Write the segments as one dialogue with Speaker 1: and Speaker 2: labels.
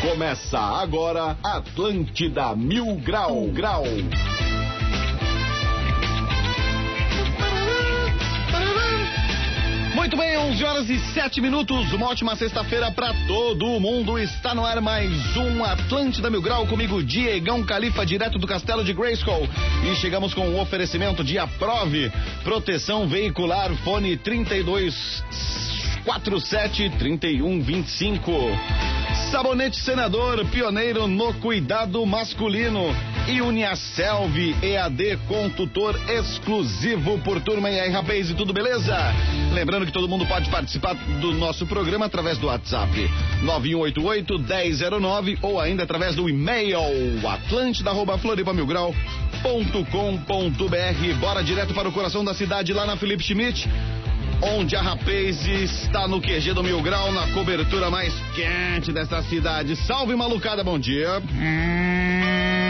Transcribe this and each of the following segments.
Speaker 1: Começa agora Atlântida Mil Grau Grau. Muito bem, 11 horas e 7 minutos. Uma ótima sexta-feira pra todo mundo. Está no ar mais um Atlântida Mil Grau comigo, Diegão Califa, direto do Castelo de Grayskull. E chegamos com o oferecimento de Aprove, proteção veicular, fone 32 47 31 25. Sabonete Senador, pioneiro no cuidado masculino. E Uniaselv EAD com tutor exclusivo por turma e aí, rapaz, e tudo beleza? Lembrando que todo mundo pode participar do nosso programa através do WhatsApp 9188 1009 ou ainda através do e-mail atlântida@floripamilgrau.com.br. Bora direto para o coração da cidade lá na Felipe Schmidt onde a Rapaz está no QG do Mil Grau, na cobertura mais quente desta cidade. Salve, malucada, bom dia.
Speaker 2: Ah,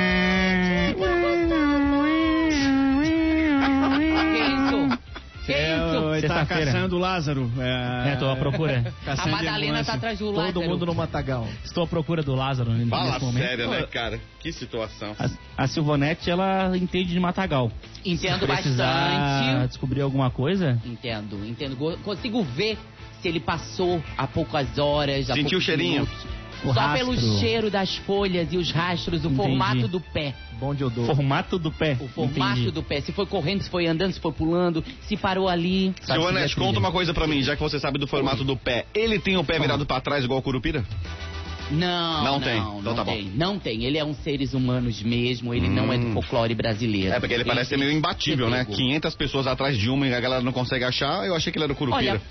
Speaker 2: Que isso?
Speaker 3: Você tá
Speaker 4: Sexta-feira.
Speaker 3: caçando o Lázaro? É,
Speaker 4: É, tô à procura.
Speaker 3: Caçando
Speaker 2: A Madalena
Speaker 3: ambulância.
Speaker 2: tá atrás do
Speaker 3: Todo
Speaker 2: Lázaro.
Speaker 3: Todo mundo no Matagal.
Speaker 4: Estou à procura do Lázaro nesse
Speaker 1: Fala
Speaker 4: momento.
Speaker 1: sério, né, cara? Que situação.
Speaker 4: A, a Silvanete, ela entende de matagal.
Speaker 2: Entendo
Speaker 4: Precisar
Speaker 2: bastante.
Speaker 4: descobrir alguma coisa?
Speaker 2: Entendo, entendo. Go- Consigo ver se ele passou há poucas horas. há
Speaker 1: Sentiu
Speaker 2: poucos
Speaker 1: o cheirinho?
Speaker 2: minutos.
Speaker 4: O
Speaker 2: Só
Speaker 4: rastro.
Speaker 2: pelo cheiro das folhas e os rastros, o
Speaker 4: Entendi.
Speaker 2: formato do pé.
Speaker 3: Bom de odor.
Speaker 4: Formato do pé.
Speaker 2: O formato
Speaker 4: Entendi.
Speaker 2: do pé. Se foi correndo, se foi andando, se foi pulando, se parou ali.
Speaker 4: Sabe
Speaker 1: Silvanete,
Speaker 4: se já
Speaker 1: conta
Speaker 4: tem.
Speaker 1: uma coisa pra mim, já que você sabe do formato do pé. Ele tem o pé virado pra trás igual o Curupira? Não
Speaker 2: Não, não,
Speaker 1: tem.
Speaker 2: Não,
Speaker 1: Então tá bom. Hum.
Speaker 2: tem. Não tem. Ele é um seres humanos mesmo, ele não é do folclore brasileiro.
Speaker 1: É, porque ele parece ser meio
Speaker 4: é
Speaker 1: imbatível, né? 500 pessoas atrás de uma e a galera não consegue achar, eu achei que ele era o Curupira.
Speaker 2: Olha,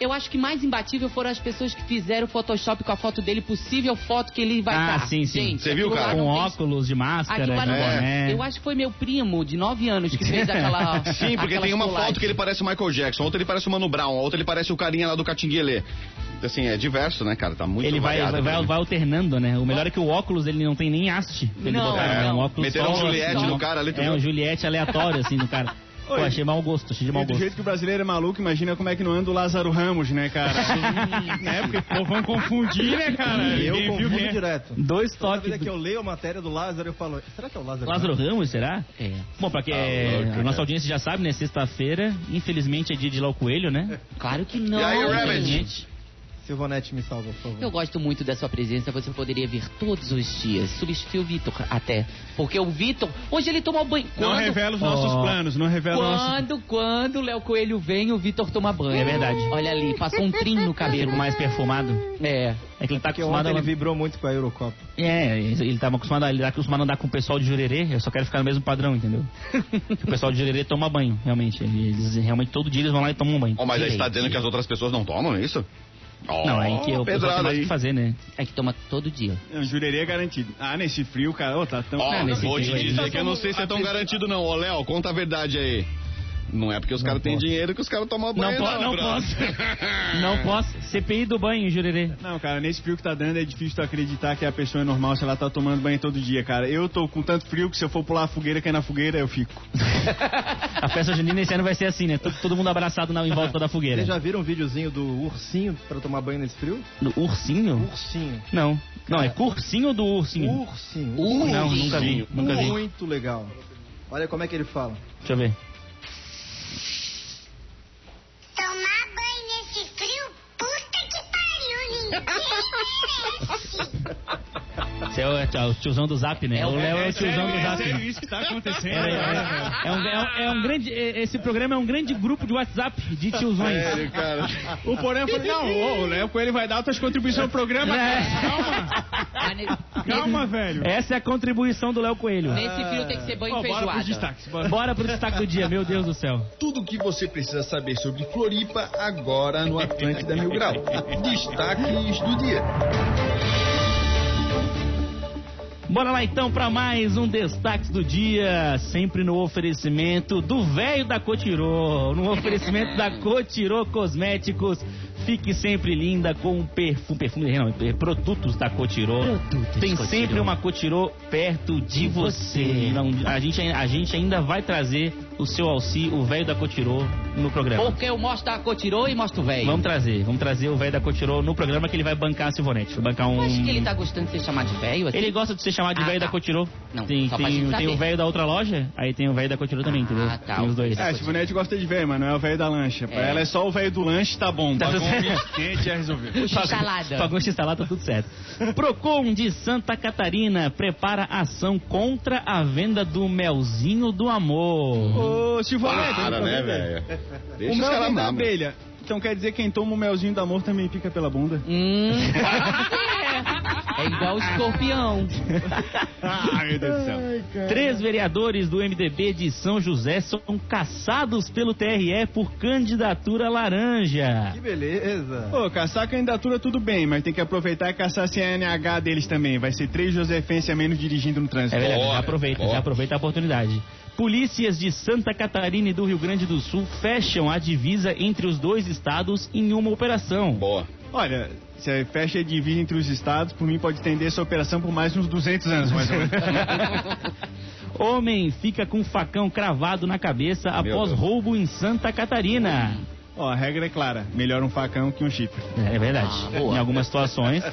Speaker 2: eu acho que mais imbatível foram as pessoas que fizeram o Photoshop com a foto dele, possível foto que ele vai
Speaker 4: Ah,
Speaker 2: estar.
Speaker 4: sim, sim.
Speaker 2: Gente,
Speaker 1: Você viu,
Speaker 2: aquilo lá
Speaker 1: cara?
Speaker 4: Com
Speaker 2: não tem-
Speaker 4: óculos de máscara,
Speaker 2: Aquilo
Speaker 4: de
Speaker 2: lá não tem-
Speaker 1: né?
Speaker 4: boné.
Speaker 2: Eu acho que foi meu primo de 9 anos que fez aquela.
Speaker 1: Sim, porque
Speaker 2: aquelas
Speaker 1: tem uma
Speaker 2: colagens.
Speaker 1: foto que ele parece o Michael Jackson, outra ele parece o Mano Brown, outra ele parece o carinha lá do Catinguelê. Assim, é diverso, né, cara? Tá muito
Speaker 4: Ele vai,
Speaker 1: variado,
Speaker 4: vai, vai,
Speaker 1: né?
Speaker 4: vai alternando, né? O melhor é que o óculos ele não tem nem haste. pra Ele
Speaker 2: Não,
Speaker 4: botar, né?
Speaker 2: não.
Speaker 4: Um óculos
Speaker 1: Meteram
Speaker 4: só,
Speaker 1: um Juliette
Speaker 4: assim,
Speaker 1: no
Speaker 4: ó.
Speaker 1: cara ali, tu
Speaker 4: É,
Speaker 1: viu?
Speaker 4: um Juliette aleatório, assim, no cara. Pô,
Speaker 3: Oi.
Speaker 4: achei mau gosto, achei de mau
Speaker 3: E do
Speaker 4: gosto.
Speaker 3: jeito que o brasileiro é maluco, imagina como é que não anda o Lázaro Ramos, né, cara? né? Porque o povo vão confundir, né, cara?
Speaker 5: Eu
Speaker 3: Ninguém viu
Speaker 5: confundo
Speaker 3: quem é.
Speaker 5: direto.
Speaker 4: Dois
Speaker 5: Toda vida
Speaker 4: toques.
Speaker 5: que
Speaker 4: do-
Speaker 5: eu leio a matéria do Lázaro, eu falo, será que é o Lázaro?
Speaker 4: Lázaro Ramos, será?
Speaker 2: É.
Speaker 4: Bom, pra quem
Speaker 1: Tá
Speaker 4: é,
Speaker 1: louco,
Speaker 4: a
Speaker 1: cara.
Speaker 4: nossa audiência já sabe, né? Sexta-feira, infelizmente é dia de Lau Coelho, né?
Speaker 2: Claro que não.
Speaker 1: E aí, Rabbit?
Speaker 2: gente.
Speaker 5: Silvanete me salva, por favor.
Speaker 2: Eu gosto muito da sua presença, você poderia vir todos os dias, substituir o Vitor até. Porque o Vitor, hoje ele tomou banho.
Speaker 3: Não
Speaker 2: Quando,
Speaker 3: revela os nossos
Speaker 4: Ó.
Speaker 3: planos, não revela os nossos...
Speaker 2: quando, quando o Léo Coelho vem, o Vitor toma banho.
Speaker 4: É verdade.
Speaker 2: Olha ali, passou um trim no
Speaker 4: Cabelo
Speaker 2: cabelo.
Speaker 4: mais perfumado.
Speaker 2: É.
Speaker 4: É que ele tá
Speaker 5: Porque
Speaker 4: acostumado
Speaker 5: ontem
Speaker 4: a...
Speaker 5: ele vibrou muito com a Eurocopa.
Speaker 4: É, ele tava acostumado, a- ele tá acostumado a andar com o pessoal de Jurerê, eu só quero ficar no mesmo padrão, entendeu? o pessoal de Jurerê toma banho, realmente. Eles realmente todo dia eles vão lá e tomam banho.
Speaker 1: Ó, mas aí você tá
Speaker 2: Direito.
Speaker 1: dizendo que as outras pessoas não tomam isso? Ó,
Speaker 4: Não, é que eu pessoal tem
Speaker 1: pedrada
Speaker 4: mais o
Speaker 1: aí.
Speaker 4: que fazer, né?
Speaker 2: É que toma todo dia.
Speaker 3: Não, Jurerê é garantido. Ah, nesse frio, cara, ô, tá tão...
Speaker 1: Ó,
Speaker 4: Não, nesse
Speaker 1: vou te
Speaker 4: frio aí.
Speaker 1: dizer que eu não sei se é tão garantido não. Ô, Léo, conta a verdade aí. Não é porque os caras têm
Speaker 4: posso.
Speaker 1: dinheiro que os caras tomam banho,
Speaker 4: po-
Speaker 1: não, bro.
Speaker 4: não posso. CPI do banho, Jurerê.
Speaker 3: Não, cara, nesse frio que tá dando é difícil tu acreditar que a pessoa é normal se ela tá tomando banho todo dia, cara. Eu tô com tanto frio que se eu for pular a fogueira que é na fogueira, eu fico.
Speaker 4: A festa junina esse ano vai ser assim, né? Todo, todo mundo abraçado na, em volta da fogueira.
Speaker 5: Vocês já viram um videozinho do ursinho pra tomar banho nesse frio?
Speaker 4: Do ursinho?
Speaker 5: Ursinho.
Speaker 4: Não. Não, é cursinho ou do ursinho?
Speaker 5: Ursinho.
Speaker 4: Uh! Não, nunca vi, nunca vi.
Speaker 5: Muito legal. Olha como é que ele fala.
Speaker 4: Deixa eu ver.
Speaker 6: Tomar banho nesse frio, puta que pariu, ninguém merece.
Speaker 4: Esse é o, é o tiozão do zap, né?
Speaker 2: É o-
Speaker 4: o Léo é, o tiozão do
Speaker 3: é
Speaker 4: zap.
Speaker 3: sério isso que tá acontecendo,
Speaker 4: É, é, é um, é um- é um grande. é- Esse programa é um grande grupo de WhatsApp de tiozões.
Speaker 3: É,
Speaker 4: É.
Speaker 1: Sério, cara.
Speaker 3: O Porã falou, não, ô, o Léo Coelho vai dar outras contribuições ao programa,
Speaker 4: É.
Speaker 2: Ah, ne-
Speaker 3: Calma, velho.
Speaker 4: Essa é a contribuição do Léo Coelho.
Speaker 2: Nesse frio tem que ser banho
Speaker 3: Ó,
Speaker 2: e
Speaker 3: bora pros
Speaker 2: feijoada.
Speaker 3: destaques, bora.
Speaker 4: Bora pro destaque do dia, meu Deus do céu.
Speaker 7: É Tudo o que você precisa saber sobre Floripa agora no Atlântida Mil Grau. Destaques do dia.
Speaker 4: Bora lá então pra mais um destaque do dia, sempre no oferecimento do velho da Cotirô, no oferecimento da Cotirô Cosméticos. Fique sempre linda com perfume, perfume não, é produtos da Cotirô.
Speaker 2: Produtos
Speaker 4: Tem
Speaker 2: Cotirô.
Speaker 4: sempre uma Cotirô perto de você.
Speaker 2: você.
Speaker 4: Não, a gente ai- a gente ainda vai trazer o seu Alci, o velho da Cotirô, no programa.
Speaker 2: Porque eu mostro a Cotirô e mostro o velho.
Speaker 4: Vamos trazer, vamos trazer o velho da Cotirô no programa que ele vai bancar a Silvonete. Vai Bancar um...
Speaker 2: Eu acho que ele tá gostando de ser chamado de velho. assim.
Speaker 4: Ele gosta de ser chamado de
Speaker 2: Ah,
Speaker 4: velho
Speaker 2: tá.
Speaker 4: da Cotirô.
Speaker 2: Não,
Speaker 4: tem,
Speaker 2: só pra gente
Speaker 4: tem, tem
Speaker 2: saber.
Speaker 4: o velho da outra loja, aí tem o velho da Cotirô também, entendeu?
Speaker 2: Ah, tá,
Speaker 4: Tem os dois. tipo,
Speaker 2: ok.
Speaker 3: É, a Silvonete gosta de velho, mas não é o velho da lancha. Pra
Speaker 2: É.
Speaker 3: ela é só o velho do lanche, tá bom.
Speaker 4: Tá
Speaker 3: Pagou
Speaker 4: tudo
Speaker 3: um
Speaker 4: certo.
Speaker 3: bife quente,
Speaker 5: é
Speaker 3: já resolveu.
Speaker 2: O X-salada.
Speaker 4: Pagou instalar, tá tudo certo. Procon de Santa Catarina prepara ação contra a venda do melzinho do amor.
Speaker 2: Uhum.
Speaker 3: Ô, Silvonete,
Speaker 1: Para,
Speaker 3: vamos
Speaker 1: né,
Speaker 3: aproveitar.
Speaker 1: velho?
Speaker 3: O
Speaker 1: Deixa os
Speaker 3: mel
Speaker 1: caras
Speaker 3: vem da
Speaker 1: amar, mano.
Speaker 3: abelha. Então quer dizer que quem toma o melzinho do amor também pica pela bunda?
Speaker 2: Hum. é. é igual o escorpião.
Speaker 3: Ah, meu Deus do céu.
Speaker 4: Três vereadores do MDB de São José são caçados pelo TRE por candidatura laranja.
Speaker 5: Que beleza.
Speaker 3: Pô, caçar a candidatura tudo bem, mas tem que aproveitar e caçar a CNH deles também. Vai ser três Josefense a menos dirigindo no trânsito.
Speaker 4: É verdade,
Speaker 1: Bora,
Speaker 4: já aproveita,
Speaker 1: bora.
Speaker 4: já aproveita a oportunidade. Polícias de Santa Catarina e do Rio Grande do Sul fecham a divisa entre os dois estados em uma operação.
Speaker 1: Boa.
Speaker 3: Olha, se a fecha e divide entre os estados, por mim pode estender essa operação por mais uns 200 anos, mais ou menos.
Speaker 4: Homem fica com facão cravado na cabeça após
Speaker 1: Deus.
Speaker 4: roubo em Santa Catarina.
Speaker 3: Ó, a regra é clara, melhor um facão que um chifre.
Speaker 4: É verdade,
Speaker 2: Ah, boa.
Speaker 4: em algumas situações.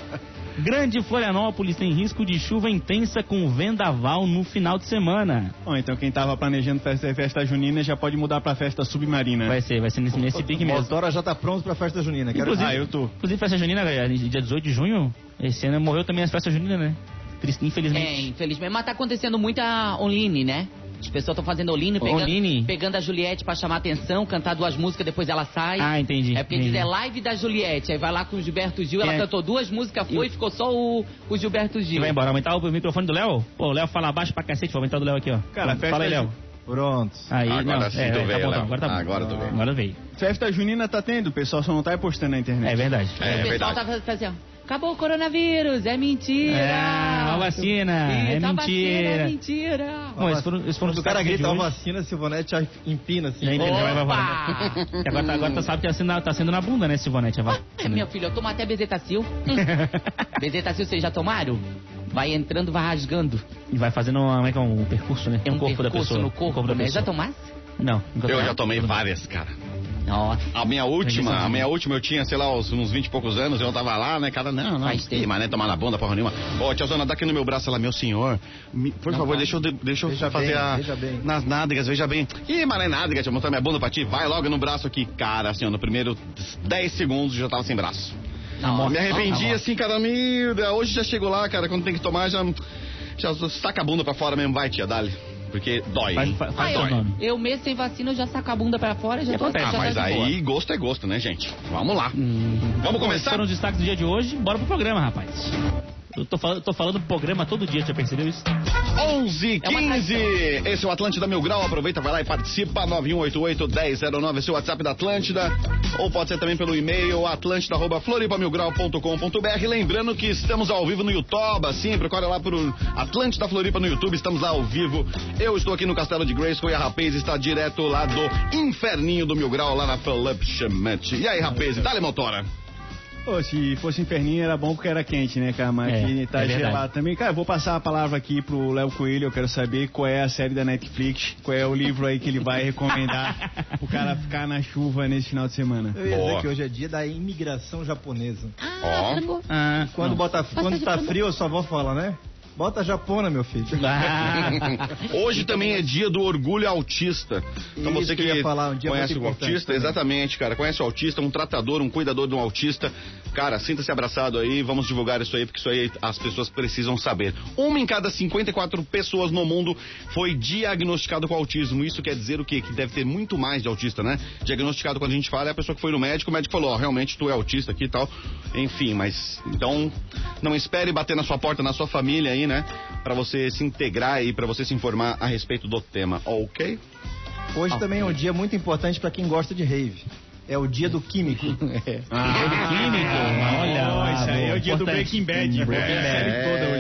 Speaker 4: Grande Florianópolis tem risco de chuva intensa com vendaval no final de semana.
Speaker 3: Ó, então quem tava planejando festa, festa junina já pode mudar pra festa submarina.
Speaker 4: Vai ser, vai ser nesse, nesse pique
Speaker 5: O
Speaker 4: mesmo.
Speaker 5: Motora já tá pronto pra festa junina. Quero
Speaker 4: Inclusive-
Speaker 3: Ah, eu tô.
Speaker 4: Inclusive, festa junina, galera, dia 18 de junho, esse ano morreu também as festas juninas, né? Triste,
Speaker 2: É,
Speaker 4: infelizmente.
Speaker 2: infelizmente. Mas tá acontecendo muita online, né? As pessoas estão fazendo online, pegando,
Speaker 4: Online?
Speaker 2: pegando a Juliette pra chamar atenção, cantar duas músicas, depois ela sai.
Speaker 4: Ah, entendi.
Speaker 2: É porque
Speaker 4: entendi.
Speaker 2: diz é live da Juliette. Aí vai lá com o Gilberto Gil, ela
Speaker 4: É.
Speaker 2: cantou duas músicas, foi, ficou só o, o Gilberto
Speaker 4: E
Speaker 2: Gil.
Speaker 4: vai embora, aumentar o microfone do Léo? Pô, o Léo fala baixo pra cacete, vou aumentar o do Léo aqui, ó.
Speaker 3: Cara, festa
Speaker 4: fala aí,
Speaker 3: ju-
Speaker 4: Léo.
Speaker 5: Pronto.
Speaker 4: Aí,
Speaker 1: é Agora
Speaker 4: não,
Speaker 1: sim,
Speaker 4: é,
Speaker 1: tô
Speaker 4: tá
Speaker 1: vendo,
Speaker 4: bom,
Speaker 1: Léo.
Speaker 4: tá, agora tá bom.
Speaker 1: Agora tô vendo.
Speaker 4: Agora veio.
Speaker 3: Festa junina tá tendo, o pessoal só não tá postando na internet.
Speaker 4: É verdade.
Speaker 2: Aí
Speaker 1: É,
Speaker 2: o pessoal
Speaker 1: verdade.
Speaker 2: tá fazendo assim, ó. Acabou o coronavírus, é mentira.
Speaker 4: É, a vacina, é
Speaker 2: Isso, a vacina
Speaker 4: mentira.
Speaker 2: é mentira.
Speaker 4: Bom, esses foram, esses foram
Speaker 5: Quando
Speaker 4: os
Speaker 5: o
Speaker 4: destaques
Speaker 5: cara
Speaker 4: de
Speaker 5: grita
Speaker 4: hoje.
Speaker 5: uma vacina, Silvonete já empina
Speaker 3: É,
Speaker 5: assim.
Speaker 4: Já entendeu,
Speaker 2: Opa!
Speaker 4: vai, vai, vai. E Agora, tá- agora tá sabe que é sendo- tá sendo na bunda, né, Silvonete? A vacina.
Speaker 2: É, meu filho, eu tomo até bezetacil. bezetacil vocês já tomaram? Vai entrando, vai rasgando.
Speaker 4: E vai fazendo uma- como é que é, um percurso, né?
Speaker 2: É um
Speaker 4: no corpo da
Speaker 2: percurso
Speaker 4: pessoa.
Speaker 2: no corpo,
Speaker 4: da
Speaker 2: né? Já
Speaker 4: pessoa.
Speaker 2: tomasse?
Speaker 4: Não, nunca
Speaker 1: Eu já tomei várias, cara.
Speaker 2: Nossa.
Speaker 1: A minha
Speaker 4: Preguiça
Speaker 1: última,
Speaker 5: assim.
Speaker 4: mesmo.
Speaker 1: a minha última eu tinha, sei lá, uns, uns 20 e poucos anos, eu tava lá, né, cara, não, não,
Speaker 2: Faz tempo.
Speaker 1: ih, mas nem tomar na bunda, porra nenhuma. Ô, tiazona, dá aqui no meu braço, ela, meu senhor, me- por favor, deixa eu, de- deixa eu
Speaker 5: tá. Veja
Speaker 1: fazer
Speaker 5: bem,
Speaker 1: a,
Speaker 5: veja bem.
Speaker 1: nas nádegas, veja bem. Ih, mas não é nádega, deixa eu mostrar minha bunda pra ti, vai logo no braço aqui. Cara, assim, ó, no primeiro 10 segundos eu já tava sem braço.
Speaker 2: Nossa.
Speaker 1: me
Speaker 4: Tá
Speaker 1: arrependi,
Speaker 5: tá
Speaker 2: Nossa.
Speaker 1: assim, cara, meu, Deus, hoje já chegou lá, cara, quando tem que tomar, já, já saca a bunda pra fora mesmo, vai, tia, dale. Porque dói.
Speaker 4: Faz,
Speaker 1: hein?
Speaker 4: faz,
Speaker 2: Ah,
Speaker 4: faz
Speaker 2: eu,
Speaker 4: teu nome.
Speaker 2: eu mesmo sem vacina, eu já saco a bunda pra fora, já tô
Speaker 4: acontece,
Speaker 2: já
Speaker 1: Ah,
Speaker 2: tá
Speaker 1: mas
Speaker 2: de boa. Então,
Speaker 1: aí gosto é gosto, né, gente? Vamos lá. Vamos
Speaker 4: Esses
Speaker 1: começar?
Speaker 4: foram os destaques do dia de hoje. Bora pro programa, rapaz. Eu tô, fal tô falando programa todo dia, já percebeu isso?
Speaker 1: 11
Speaker 2: É uma
Speaker 1: 15. Esse é o Atlântida Mil Grau. Aproveita, vai lá e participa. 9188-1009, esse é o WhatsApp da Atlântida. Ou pode ser também pelo e-mail atlântida.floripamilgrau.com.br. Lembrando que estamos ao vivo no YouTube, sim. Procura lá por Atlântida Floripa no YouTube. Estamos lá ao vivo. Eu estou aqui no Castelo de Grayskull e a Rapaz está direto lá do Inferninho do Mil Grau, lá na Philip Chamete. E aí, Rapaz, dá-lhe motora.
Speaker 3: Pô, se fosse inferninho era bom porque era quente, né, cara? Mas
Speaker 4: É,
Speaker 3: aqui tá
Speaker 4: é verdade.
Speaker 3: gelado também. Cara, eu vou passar a palavra aqui pro Léo Coelho. Eu quero saber qual é a série da Netflix, qual é o livro aí que ele vai recomendar pro cara ficar na chuva nesse final de semana.
Speaker 5: Eu ia
Speaker 1: Boa.
Speaker 5: dizer que hoje é dia da imigração japonesa.
Speaker 1: Ó.
Speaker 4: Ah,
Speaker 5: Quando,
Speaker 4: não.
Speaker 5: bota, quando tá frio, a sua avó fala, né? Bota a japona, meu filho.
Speaker 4: Ah,
Speaker 1: Hoje também é dia do orgulho autista. Então
Speaker 5: Isso
Speaker 1: você que,
Speaker 5: que eu ia falar, um dia
Speaker 1: conhece
Speaker 5: muito
Speaker 1: o
Speaker 5: importante
Speaker 1: autista,
Speaker 5: também.
Speaker 1: exatamente, cara. Conhece o autista, um tratador, um cuidador de um autista. Cara, sinta-se abraçado aí, vamos divulgar isso aí, porque isso aí as pessoas precisam saber. Uma em cada 54 pessoas no mundo foi diagnosticado com autismo. Isso quer dizer o quê? Que deve ter muito mais de autista, né? Diagnosticado, quando a gente fala, é a pessoa que foi no médico, o médico falou, ó, realmente tu é autista aqui e tal. Enfim, mas então não espere bater na sua porta, na sua família aí, né? Pra você se integrar e pra você se informar a respeito do tema, ok?
Speaker 5: Hoje
Speaker 4: Ah,
Speaker 5: também é um dia muito importante pra quem gosta de rave. É o dia do químico.
Speaker 4: É. químico. Olha, lá,
Speaker 3: isso aí é
Speaker 4: boa,
Speaker 3: o dia do
Speaker 4: importante.
Speaker 3: Breaking Bad.
Speaker 4: Breaking
Speaker 3: É.
Speaker 4: Bad.
Speaker 3: série toda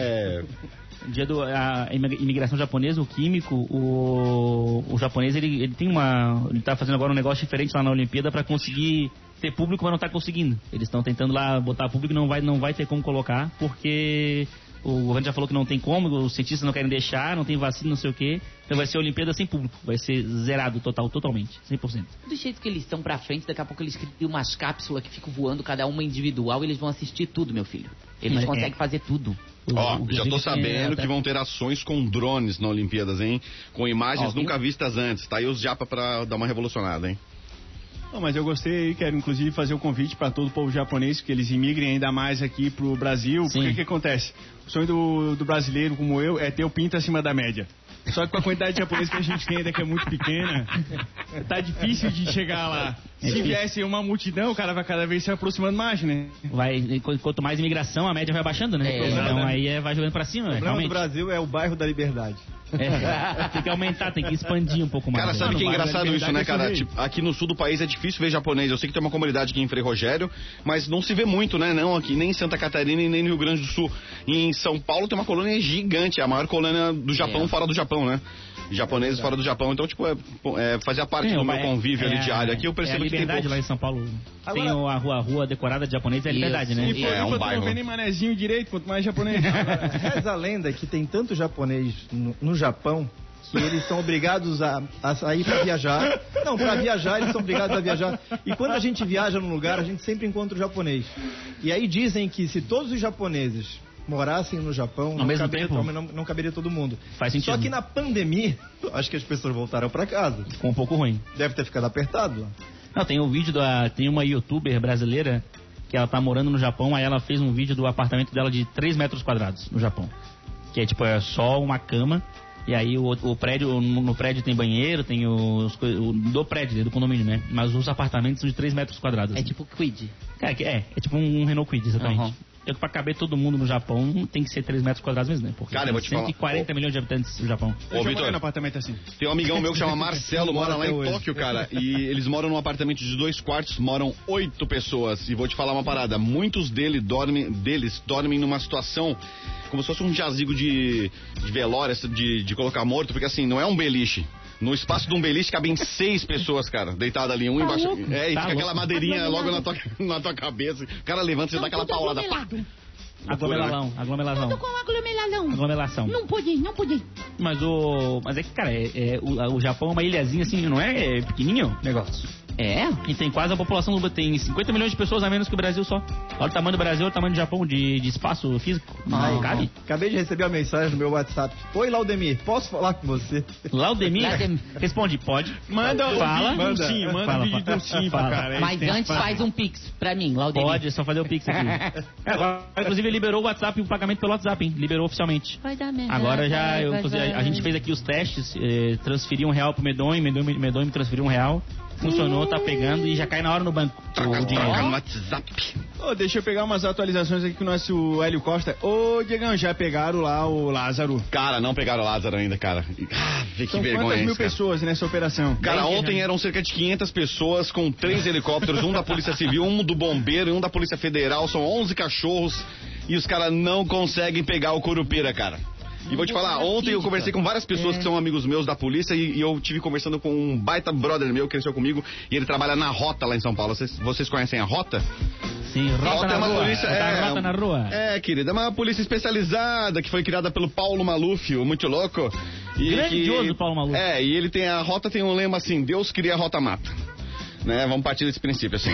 Speaker 1: hoje.
Speaker 4: Dia do a imi- imigração japonesa, o químico, o, o japonês ele, ele tem uma, ele tá fazendo agora um negócio diferente lá na Olimpíada para conseguir ter público, mas não tá conseguindo. Eles estão tentando lá botar público, não vai não vai ter como colocar porque O governo já falou que não tem como, os cientistas não querem deixar, não tem vacina, não sei o quê. Então vai ser a Olimpíada sem público, vai ser zerado total, totalmente, 100%.
Speaker 2: Do jeito que eles estão pra frente, daqui a pouco eles criam umas cápsulas que ficam voando, cada uma individual, e eles vão assistir tudo, meu filho. Eles
Speaker 4: Mas é-
Speaker 2: conseguem fazer tudo.
Speaker 1: Ó, já tô
Speaker 4: governo
Speaker 1: sabendo
Speaker 4: tem-
Speaker 1: que vão ter ações com drones na Olimpíadas, hein? Com imagens
Speaker 2: Ó, viu?
Speaker 1: nunca vistas antes. Tá aí os japa pra dar uma revolucionada, hein?
Speaker 3: Não, mas eu gostei e quero inclusive fazer o convite para todo o povo japonês que eles imigrem ainda mais aqui pro Brasil.
Speaker 4: Sim.
Speaker 3: Porque o que acontece? O sonho do, do brasileiro como eu é ter o pinto acima da média. Só que com a quantidade de japonês que a gente tem ainda que é muito pequena, tá difícil de chegar lá. Se viesse uma multidão, o cara vai cada vez se aproximando mais, né?
Speaker 4: Vai, qu- quanto mais imigração, a média vai baixando, né?
Speaker 2: É,
Speaker 4: então
Speaker 3: exatamente.
Speaker 4: aí é, vai jogando pra cima,
Speaker 5: O
Speaker 4: é,
Speaker 5: problema do
Speaker 4: realmente.
Speaker 5: Brasil é o bairro da liberdade.
Speaker 4: É, tem que aumentar, tem que expandir um pouco mais.
Speaker 1: Cara, sabe
Speaker 4: né?
Speaker 1: que é
Speaker 3: vai,
Speaker 1: engraçado
Speaker 3: vai,
Speaker 1: isso,
Speaker 3: vai,
Speaker 1: né,
Speaker 3: vai,
Speaker 1: cara?
Speaker 3: vai.
Speaker 1: Tipo, aqui no sul do país é difícil ver japonês. Eu sei que tem uma comunidade aqui em Frei Rogério, mas não se vê muito, né? Não aqui, nem em Santa Catarina e nem no Rio Grande do Sul. E em São Paulo tem uma colônia gigante, é a maior colônia do Japão
Speaker 2: É.
Speaker 1: fora do Japão, né? Japoneses fora do Japão. Então, tipo, é, pô, é, fazia parte
Speaker 4: Sim,
Speaker 1: do
Speaker 4: o-
Speaker 1: meu
Speaker 4: é-
Speaker 1: convívio
Speaker 4: é
Speaker 1: ali
Speaker 4: a-
Speaker 1: diário. Aqui eu percebo
Speaker 4: é a
Speaker 1: que tem
Speaker 4: liberdade
Speaker 1: poucos.
Speaker 4: lá em São Paulo. tem
Speaker 5: Agora-
Speaker 4: o- a rua, a rua decorada de japonês, é a
Speaker 2: Isso.
Speaker 4: liberdade,
Speaker 2: E
Speaker 4: né?
Speaker 2: foi-
Speaker 1: É, um
Speaker 3: Floripa tu
Speaker 1: bairro.
Speaker 3: não vê nem manezinho direito, quanto mais japonês.
Speaker 5: Reza a lenda que tem tanto japonês no, no Japão que eles são obrigados a, a sair pra viajar. Não, pra viajar, eles são obrigados a viajar. E quando a gente viaja num lugar, a gente sempre encontra o japonês. E aí dizem que se todos os japoneses morassem no Japão, não
Speaker 4: mesmo
Speaker 5: caberia,
Speaker 4: tempo?
Speaker 5: não- não caberia todo mundo.
Speaker 4: Faz
Speaker 5: Só
Speaker 4: sentido.
Speaker 5: que na pandemia, acho que as pessoas voltaram pra casa.
Speaker 4: Ficou um pouco ruim.
Speaker 5: Deve ter ficado apertado lá.
Speaker 4: Não, tem o vídeo da. Tem uma youtuber brasileira que ela tá morando no Japão, aí ela fez um vídeo do apartamento dela de 3 metros quadrados no Japão. Que é tipo, é só uma cama. E aí o, o prédio, no no prédio tem banheiro, tem os coi- o, do prédio, do condomínio, né? Mas os apartamentos são de 3 metros quadrados. assim.
Speaker 2: É tipo quid.
Speaker 4: Cara, que- é, é tipo um, um Renault Quid, exatamente.
Speaker 2: Aham.
Speaker 4: É que pra caber todo mundo no Japão tem que ser 3 metros quadrados mesmo, né? Porque
Speaker 1: Cara, eu
Speaker 4: tem
Speaker 1: vou te falar.
Speaker 4: 140 milhões de habitantes no Japão.
Speaker 1: Ô,
Speaker 3: Eu já morei
Speaker 1: Vitor.
Speaker 3: no apartamento assim.
Speaker 1: Tem um amigão meu que chama Marcelo, mora lá em Tóquio, cara. E eles moram num apartamento de dois quartos, moram oito pessoas. E vou te falar uma parada: muitos dele dormem, deles dormem numa situação como se fosse um jazigo de, de velório, essa de, de colocar morto, porque assim, não é um beliche. No espaço de um beliche cabem seis pessoas, cara, deitada ali, um embaixo. É, e
Speaker 4: Tá Tá
Speaker 1: fica aquela
Speaker 4: louco.
Speaker 1: madeirinha logo na tua, na tua cabeça. O cara levanta e dá aquela paulada. pá.
Speaker 4: Aglomeração, aglomeração.
Speaker 8: com aglomeração.
Speaker 4: Aglomeração.
Speaker 8: Não pude, não pude.
Speaker 4: Mas o. Mas é que, cara, é, é- o, o Japão é uma ilhazinha assim, não é, é pequenininho o negócio.
Speaker 2: É?
Speaker 4: E tem quase a população do tem 50 milhões de pessoas a menos que o Brasil só. Olha o tamanho do Brasil, olha o tamanho do Japão de, de espaço físico.
Speaker 3: Ah,
Speaker 4: Não cabe.
Speaker 5: Acabei de receber uma mensagem no meu WhatsApp. Oi, Laudemir, posso falar com você?
Speaker 4: Laudemir
Speaker 2: Laudemir.
Speaker 4: responde, pode.
Speaker 3: Manda
Speaker 4: Fala.
Speaker 3: um vídeo de ursinho, manda
Speaker 4: Fala,
Speaker 3: um vídeo de
Speaker 4: fala.
Speaker 3: ursinho pra
Speaker 4: Fala.
Speaker 3: cara. é Eles
Speaker 2: Mas
Speaker 3: têm-
Speaker 2: antes faz um pix pra mim, Laudemir.
Speaker 4: Pode, é só fazer o Pix aqui. É, agora, inclusive, ele liberou o WhatsApp e o pagamento pelo WhatsApp, hein? Liberou oficialmente.
Speaker 8: Vai dar merda.
Speaker 4: Agora já,
Speaker 8: vai,
Speaker 4: eu,
Speaker 8: vai,
Speaker 4: inclusive, a, a
Speaker 8: vai.
Speaker 4: gente fez aqui os testes, eh, transferi um real pro Medonho, Medonho, Medonho me transferiu um real, funcionou, tá pegando e já cai na hora no banco.
Speaker 1: Troca,
Speaker 4: O
Speaker 1: troca
Speaker 4: dinheiro.
Speaker 1: no WhatsApp.
Speaker 3: Ô, deixa eu pegar umas atualizações aqui com o nosso Hélio Costa. Ô, Diegão, já pegaram lá o Lázaro.
Speaker 1: Cara, não pegaram o Lázaro ainda, cara. Ah, vê que
Speaker 3: São
Speaker 1: vergonha.
Speaker 3: quantas
Speaker 1: isso,
Speaker 3: mil
Speaker 1: cara.
Speaker 3: pessoas nessa operação?
Speaker 1: Cara,
Speaker 3: né?
Speaker 1: ontem eram cerca de 500 pessoas com três helicópteros, um da Polícia Civil, um do Bombeiro e um da Polícia Federal. São 11 cachorros e os caras não conseguem pegar o Curupira, cara. E vou te falar, ontem eu conversei com várias pessoas que são amigos meus da polícia e, e eu tive conversando com um baita brother meu que cresceu comigo e ele trabalha na Rota lá em São Paulo. Vocês, vocês conhecem a Rota?
Speaker 4: Sim, rota
Speaker 1: Rota é
Speaker 4: na
Speaker 1: uma
Speaker 4: rua.
Speaker 1: polícia.
Speaker 4: Botar
Speaker 1: é,
Speaker 4: rota na rua.
Speaker 1: É, querida, é uma polícia especializada que foi criada pelo Paulo Maluf, o muito louco. E
Speaker 4: Grandioso
Speaker 1: que-
Speaker 4: Paulo Maluf.
Speaker 1: É, e ele tem a rota, tem um lema assim: Deus cria a rota mata. Né, vamos partir desse princípio, assim.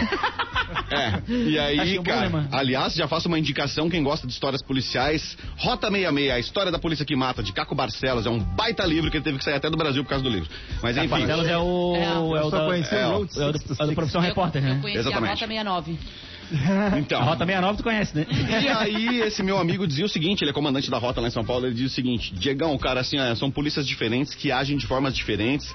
Speaker 1: É, e aí,
Speaker 4: Achei um bom
Speaker 1: cara,
Speaker 4: lema.
Speaker 1: aliás, já faço uma indicação, quem gosta de histórias policiais, Rota 66, a história da polícia que mata, de Caco Barcelos, é um baita livro que ele teve que sair até do Brasil por causa do livro. Mas
Speaker 4: A
Speaker 1: enfim,
Speaker 4: Barcelos é o.
Speaker 2: É, eu
Speaker 4: É, o
Speaker 5: só
Speaker 4: da,
Speaker 5: conheci
Speaker 4: é,
Speaker 1: o
Speaker 4: o-
Speaker 5: Road
Speaker 4: é o do, é o do profissão repórter, né?
Speaker 2: Eu conheci
Speaker 1: Exatamente.
Speaker 2: a Rota 69.
Speaker 1: então.
Speaker 4: A Rota 69 tu conhece, né?
Speaker 1: E aí, esse meu amigo dizia o seguinte: ele é comandante da rota lá em São Paulo. Ele dizia o seguinte: Diegão, cara, assim, ah, são polícias diferentes que agem de formas diferentes.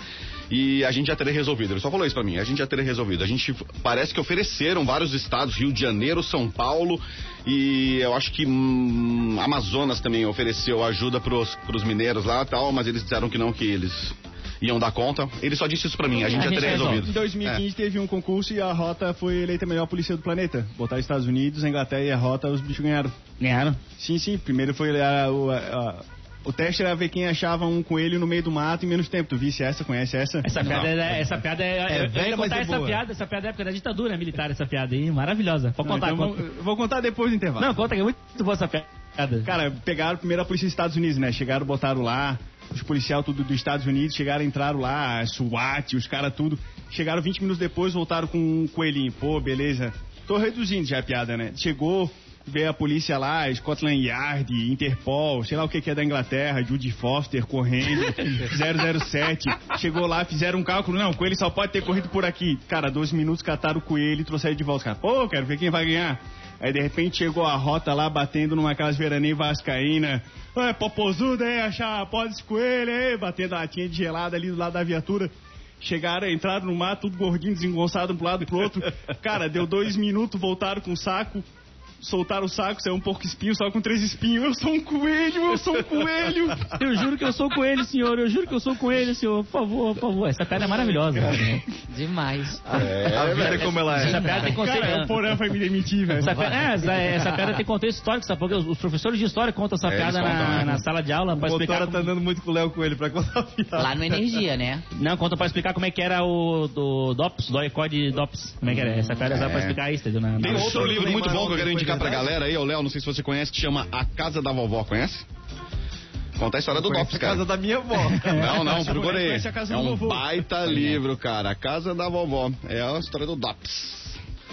Speaker 1: E a gente já teria resolvido. Ele só falou isso pra mim. A gente já teria resolvido. A gente parece que ofereceram vários estados, Rio de Janeiro, São Paulo e eu acho que hum, Amazonas também ofereceu ajuda pros, pros mineiros lá, tal. Mas eles disseram que não, que eles iam dar conta. Ele só disse isso pra mim. A gente
Speaker 4: A
Speaker 1: já
Speaker 4: gente
Speaker 1: teria
Speaker 4: resolve.
Speaker 1: resolvido.
Speaker 3: Em 2015 teve um concurso e a Rota foi eleita a melhor polícia do planeta. Botar os Estados Unidos, a Inglaterra e a Rota, os bichos ganharam.
Speaker 4: Ganharam.
Speaker 3: Sim, sim, primeiro foi a- o, a- o teste era ver quem achava um coelho no meio do mato em menos tempo. Tu visse essa, conhece essa?
Speaker 4: Essa piada, é, essa piada é. eu- eu ia
Speaker 5: velha, mas
Speaker 4: contar
Speaker 5: é
Speaker 4: essa
Speaker 5: boa.
Speaker 4: piada, essa piada é época da ditadura militar, essa piada aí, maravilhosa. Pode
Speaker 3: Não,
Speaker 4: contar,
Speaker 3: então
Speaker 4: conta.
Speaker 3: vou, vou contar depois do intervalo.
Speaker 4: Não, conta que é muito boa essa piada. Nada.
Speaker 3: Cara, pegaram primeiro a polícia dos Estados Unidos, né? Chegaram, botaram lá, os policiais tudo dos Estados Unidos, chegaram, entraram lá, a SWAT, os caras tudo. Chegaram 20 minutos depois, voltaram com um coelhinho. Pô, beleza. Tô reduzindo já a piada, né? Chegou, veio a polícia lá, Scotland Yard, Interpol, sei lá o que que é da Inglaterra, Judy Foster, correndo, 007. Chegou lá, fizeram um cálculo. Não, o coelho só pode ter corrido por aqui. Cara, 12 minutos, cataram o coelho e trouxeram de volta. Cara, pô, quero ver quem vai ganhar. Aí de repente chegou a rota lá batendo numa casa veraneia vascaína. É, popozuda, é, achar pode escoelha, é, batendo a latinha de gelada ali do lado da viatura. Chegaram, entraram no mar, tudo gordinho, desengonçado um pro lado e pro outro. Cara, deu dois minutos, voltaram com o saco. Soltaram o saco, saiu um porco espinho, só com três espinhos. Eu sou um coelho, eu sou um coelho.
Speaker 4: Eu juro que eu sou com ele, senhor. Eu juro que eu sou com ele, senhor. Por favor, por favor. Essa piada é maravilhosa. Né?
Speaker 2: Demais.
Speaker 5: a vida como ela é.
Speaker 4: Essa piada tem conceito.
Speaker 3: Cara, um o Porã vai me demitir, velho.
Speaker 4: Essa piada, é, essa, essa piada tem contexto histórico, sabe? Porque os, os professores de história contam essa
Speaker 7: É,
Speaker 4: piada
Speaker 7: eles contam,
Speaker 4: na,
Speaker 7: né?
Speaker 4: na sala de aula pra
Speaker 5: O
Speaker 4: explicar.
Speaker 5: cara tá
Speaker 4: como-
Speaker 5: andando muito com o Léo Coelho pra contar
Speaker 4: Tá.
Speaker 5: a piada.
Speaker 2: Lá no Energia, né?
Speaker 4: Não, conta pra explicar como é que era o do DOPS, do Ecode DOPS. Como é que era? Essa piada era
Speaker 7: É.
Speaker 4: pra explicar isso, entendeu? Na,
Speaker 1: Tem
Speaker 4: na...
Speaker 1: outro livro muito bom que eu quero indicar pra
Speaker 5: verdade?
Speaker 1: galera aí, ô Léo, não sei se você conhece, que chama A Casa da Vovó, conhece? Conta a história do Dops,
Speaker 5: Conhece a
Speaker 1: cara.
Speaker 5: casa da minha avó.
Speaker 1: Não, não,
Speaker 3: Conhece a
Speaker 1: procura
Speaker 3: mulher,
Speaker 1: aí.
Speaker 3: conhece a casa
Speaker 1: É
Speaker 3: do
Speaker 1: um
Speaker 3: vovô.
Speaker 1: baita livro, cara. A Casa da Vovó. É a história do Dops.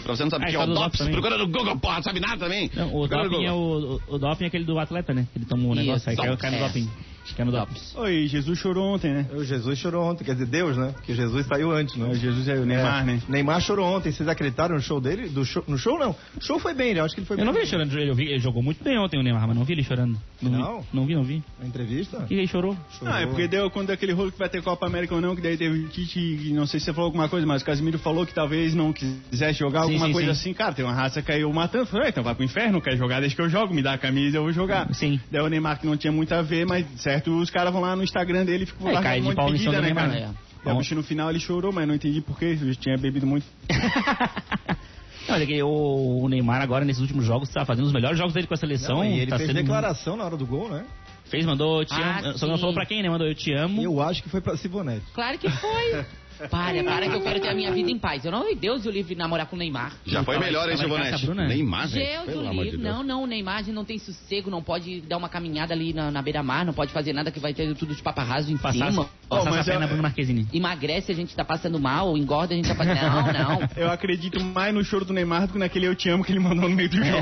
Speaker 1: Pra você não saber
Speaker 4: Ah,
Speaker 1: o que é
Speaker 4: a
Speaker 1: o
Speaker 4: história do
Speaker 1: Dops,
Speaker 4: Dops também.
Speaker 1: procura no Google, porra, sabe nada também?
Speaker 4: Não, o
Speaker 1: Procura no
Speaker 4: doping é
Speaker 1: Google.
Speaker 4: o, o, o doping é aquele do atleta, né? Ele toma um
Speaker 2: Isso,
Speaker 4: negócio aí, cai, cai no
Speaker 2: é.
Speaker 4: doping. Acho que é no doping.
Speaker 3: Oi, Jesus chorou ontem, né?
Speaker 5: O Jesus chorou ontem, quer dizer, Deus, né? Porque Jesus saiu antes, né?
Speaker 3: O Jesus é o Neymar, né?
Speaker 5: Neymar chorou ontem. Vocês acreditaram no show dele? Do show, no show, não. O show foi bem, ele acho que ele foi
Speaker 4: Eu não vi
Speaker 5: bem.
Speaker 4: ele chorando, ele, eu vi- ele jogou muito bem ontem o Neymar, mas não vi ele chorando. vi.
Speaker 5: Não?
Speaker 4: Não vi, não vi.
Speaker 5: Na entrevista?
Speaker 4: E ele chorou.
Speaker 5: Chorou.
Speaker 3: Ah, é porque deu quando aquele rolo que vai ter Copa América ou não, que daí teve o Tite, e não sei se você falou alguma coisa, mas o Casimiro falou que talvez não quisesse jogar
Speaker 4: Sim,
Speaker 3: alguma
Speaker 4: sim,
Speaker 3: coisa
Speaker 4: sim.
Speaker 3: assim. Cara, tem uma raça que caiu matando. Eu Falei, "Ah, então vai pro inferno, quer jogar, deixa que eu jogo, me dá a camisa, eu vou jogar.
Speaker 4: Sim.
Speaker 3: Daí o Neymar que não tinha muito a ver, mas certo, os caras vão lá no Instagram dele e ficam
Speaker 4: É,
Speaker 3: lá
Speaker 4: cai
Speaker 3: com um
Speaker 4: de
Speaker 3: monte
Speaker 4: pau em cima
Speaker 3: pedida,
Speaker 4: do
Speaker 3: né,
Speaker 4: Neymar,
Speaker 3: cara?
Speaker 4: né?
Speaker 3: Daí o bicho no final ele chorou, mas não entendi porquê, ele tinha bebido muito.
Speaker 4: Olha é que o, o Neymar agora, nesses últimos jogos, tá fazendo os melhores jogos dele com a seleção.
Speaker 5: Não, e ele
Speaker 4: tá
Speaker 5: fez
Speaker 4: sendo-
Speaker 5: declaração na hora do gol, né?
Speaker 4: Fez, mandou, eu te
Speaker 2: Ah,
Speaker 4: amo. Só não
Speaker 2: sim.
Speaker 4: falou pra quem, né? Mandou, eu te amo.
Speaker 5: Eu acho que foi pra Sibonete.
Speaker 2: Claro que foi. Para, para que eu quero ter a minha vida em paz. Eu não, Deus o livre namorar com é o Neymar.
Speaker 1: Já foi
Speaker 4: Tava-
Speaker 1: melhor, hein,
Speaker 4: tava em casa,
Speaker 1: Giovanetti?
Speaker 4: Bruna.
Speaker 1: Neymar, velho.
Speaker 2: Deus
Speaker 1: Pelo
Speaker 2: o
Speaker 1: amor de
Speaker 2: livre.
Speaker 1: Deus.
Speaker 2: Não, não, o Neymar a gente não tem sossego, não pode dar uma caminhada ali na, na beira-mar, não pode fazer nada que vai ter tudo de paparraso em
Speaker 4: Passasse,
Speaker 2: cima.
Speaker 4: passasse
Speaker 3: mas
Speaker 4: a perna
Speaker 3: eu-
Speaker 4: Bruno Marquezine.
Speaker 2: Emagrece, a gente tá passando mal, engorda, a gente tá passando... Não, não.
Speaker 3: Eu acredito mais no choro do Neymar do que naquele eu te amo que ele mandou no meio do jogo.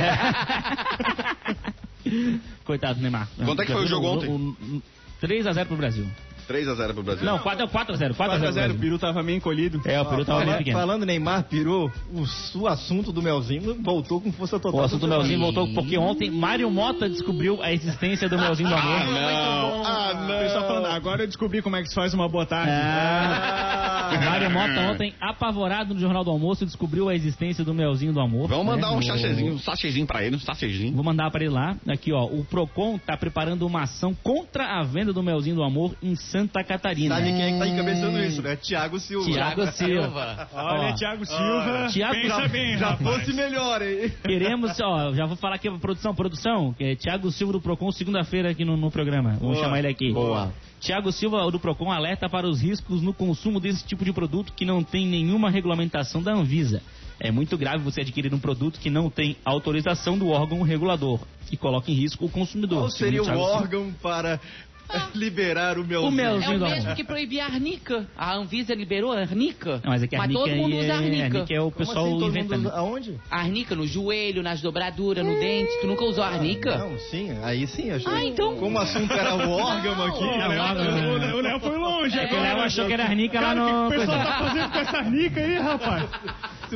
Speaker 4: Coitado do Neymar.
Speaker 1: Quanto é que foi o jogo ontem?
Speaker 4: 3x0 pro Brasil.
Speaker 1: 3x0 pro Brasil.
Speaker 4: Não, é 4 4x0.
Speaker 3: 4x0,
Speaker 4: 4x0.
Speaker 3: o Peru tava meio encolhido.
Speaker 4: É, o Peru tava
Speaker 5: Fala-
Speaker 4: bem pequeno.
Speaker 5: Falando Neymar, pirou, o, su- o assunto do Melzinho voltou com força total.
Speaker 4: O assunto do Melzinho voltou porque ontem Mário Mota descobriu a existência do Melzinho do Amor.
Speaker 3: não. Ah, não. O pessoal falando, agora eu descobri como é que se faz uma boa tarde.
Speaker 4: Ah. Mário Mota ontem, apavorado no Jornal do Almoço, descobriu a existência do Melzinho do Amor.
Speaker 1: Vamos mandar
Speaker 4: né?
Speaker 1: um
Speaker 4: No-
Speaker 1: chachezinho, um sachezinho pra ele, um sachezinho.
Speaker 4: Vou mandar pra ele lá. Aqui, ó. O Procon tá preparando uma ação contra a venda do Melzinho do Amor em Santa Catarina.
Speaker 5: Sabe quem é que tá encabeçando isso, né? Tiago Silva.
Speaker 4: Tiago Silva.
Speaker 3: Olha,
Speaker 4: Ó.
Speaker 3: Thiago Silva,
Speaker 4: Thiago
Speaker 3: pensa
Speaker 4: já-
Speaker 3: bem,
Speaker 5: Já
Speaker 3: rapaz.
Speaker 5: fosse melhor, hein?
Speaker 4: Queremos, ó, já vou falar aqui pra produção, produção, que é Tiago Silva do Procon, segunda-feira aqui no, no programa. Vamos chamar ele aqui. Boa. Tiago Silva do Procon alerta para os riscos no consumo desse tipo de produto que não tem nenhuma regulamentação da Anvisa. É muito grave você adquirir um produto que não tem autorização do órgão regulador e coloca em risco o consumidor.
Speaker 5: Qual seria
Speaker 4: segundo
Speaker 5: o
Speaker 4: Thiago Silva.
Speaker 5: órgão para liberar o Melzinho?
Speaker 4: O Melzinho.
Speaker 2: É o
Speaker 4: Não.
Speaker 2: mesmo que proibir a arnica. A Anvisa liberou a arnica.
Speaker 4: Não, mas é que a
Speaker 2: mas todo mundo usa
Speaker 4: é,
Speaker 2: arnica.
Speaker 4: arnica é o
Speaker 5: Como
Speaker 4: pessoal né?
Speaker 5: assim, todo
Speaker 4: inventando.
Speaker 5: mundo- Aonde?
Speaker 2: Arnica no joelho, nas dobraduras,
Speaker 4: É.
Speaker 2: no dente. Tu nunca usou arnica?
Speaker 5: Não, sim, aí sim, achei.
Speaker 2: Ah, então-
Speaker 5: Como o assunto era o órgão
Speaker 2: Não.
Speaker 5: aqui,
Speaker 4: Ah,
Speaker 3: O
Speaker 5: né?
Speaker 3: Léo- O Léo- o Léo foi longe
Speaker 4: O Léo
Speaker 3: agora.
Speaker 4: achou é que era arnica lá
Speaker 3: Cara,
Speaker 4: no...
Speaker 3: o que o pessoal
Speaker 4: coisa.
Speaker 3: tá fazendo com essa nica aí, rapaz?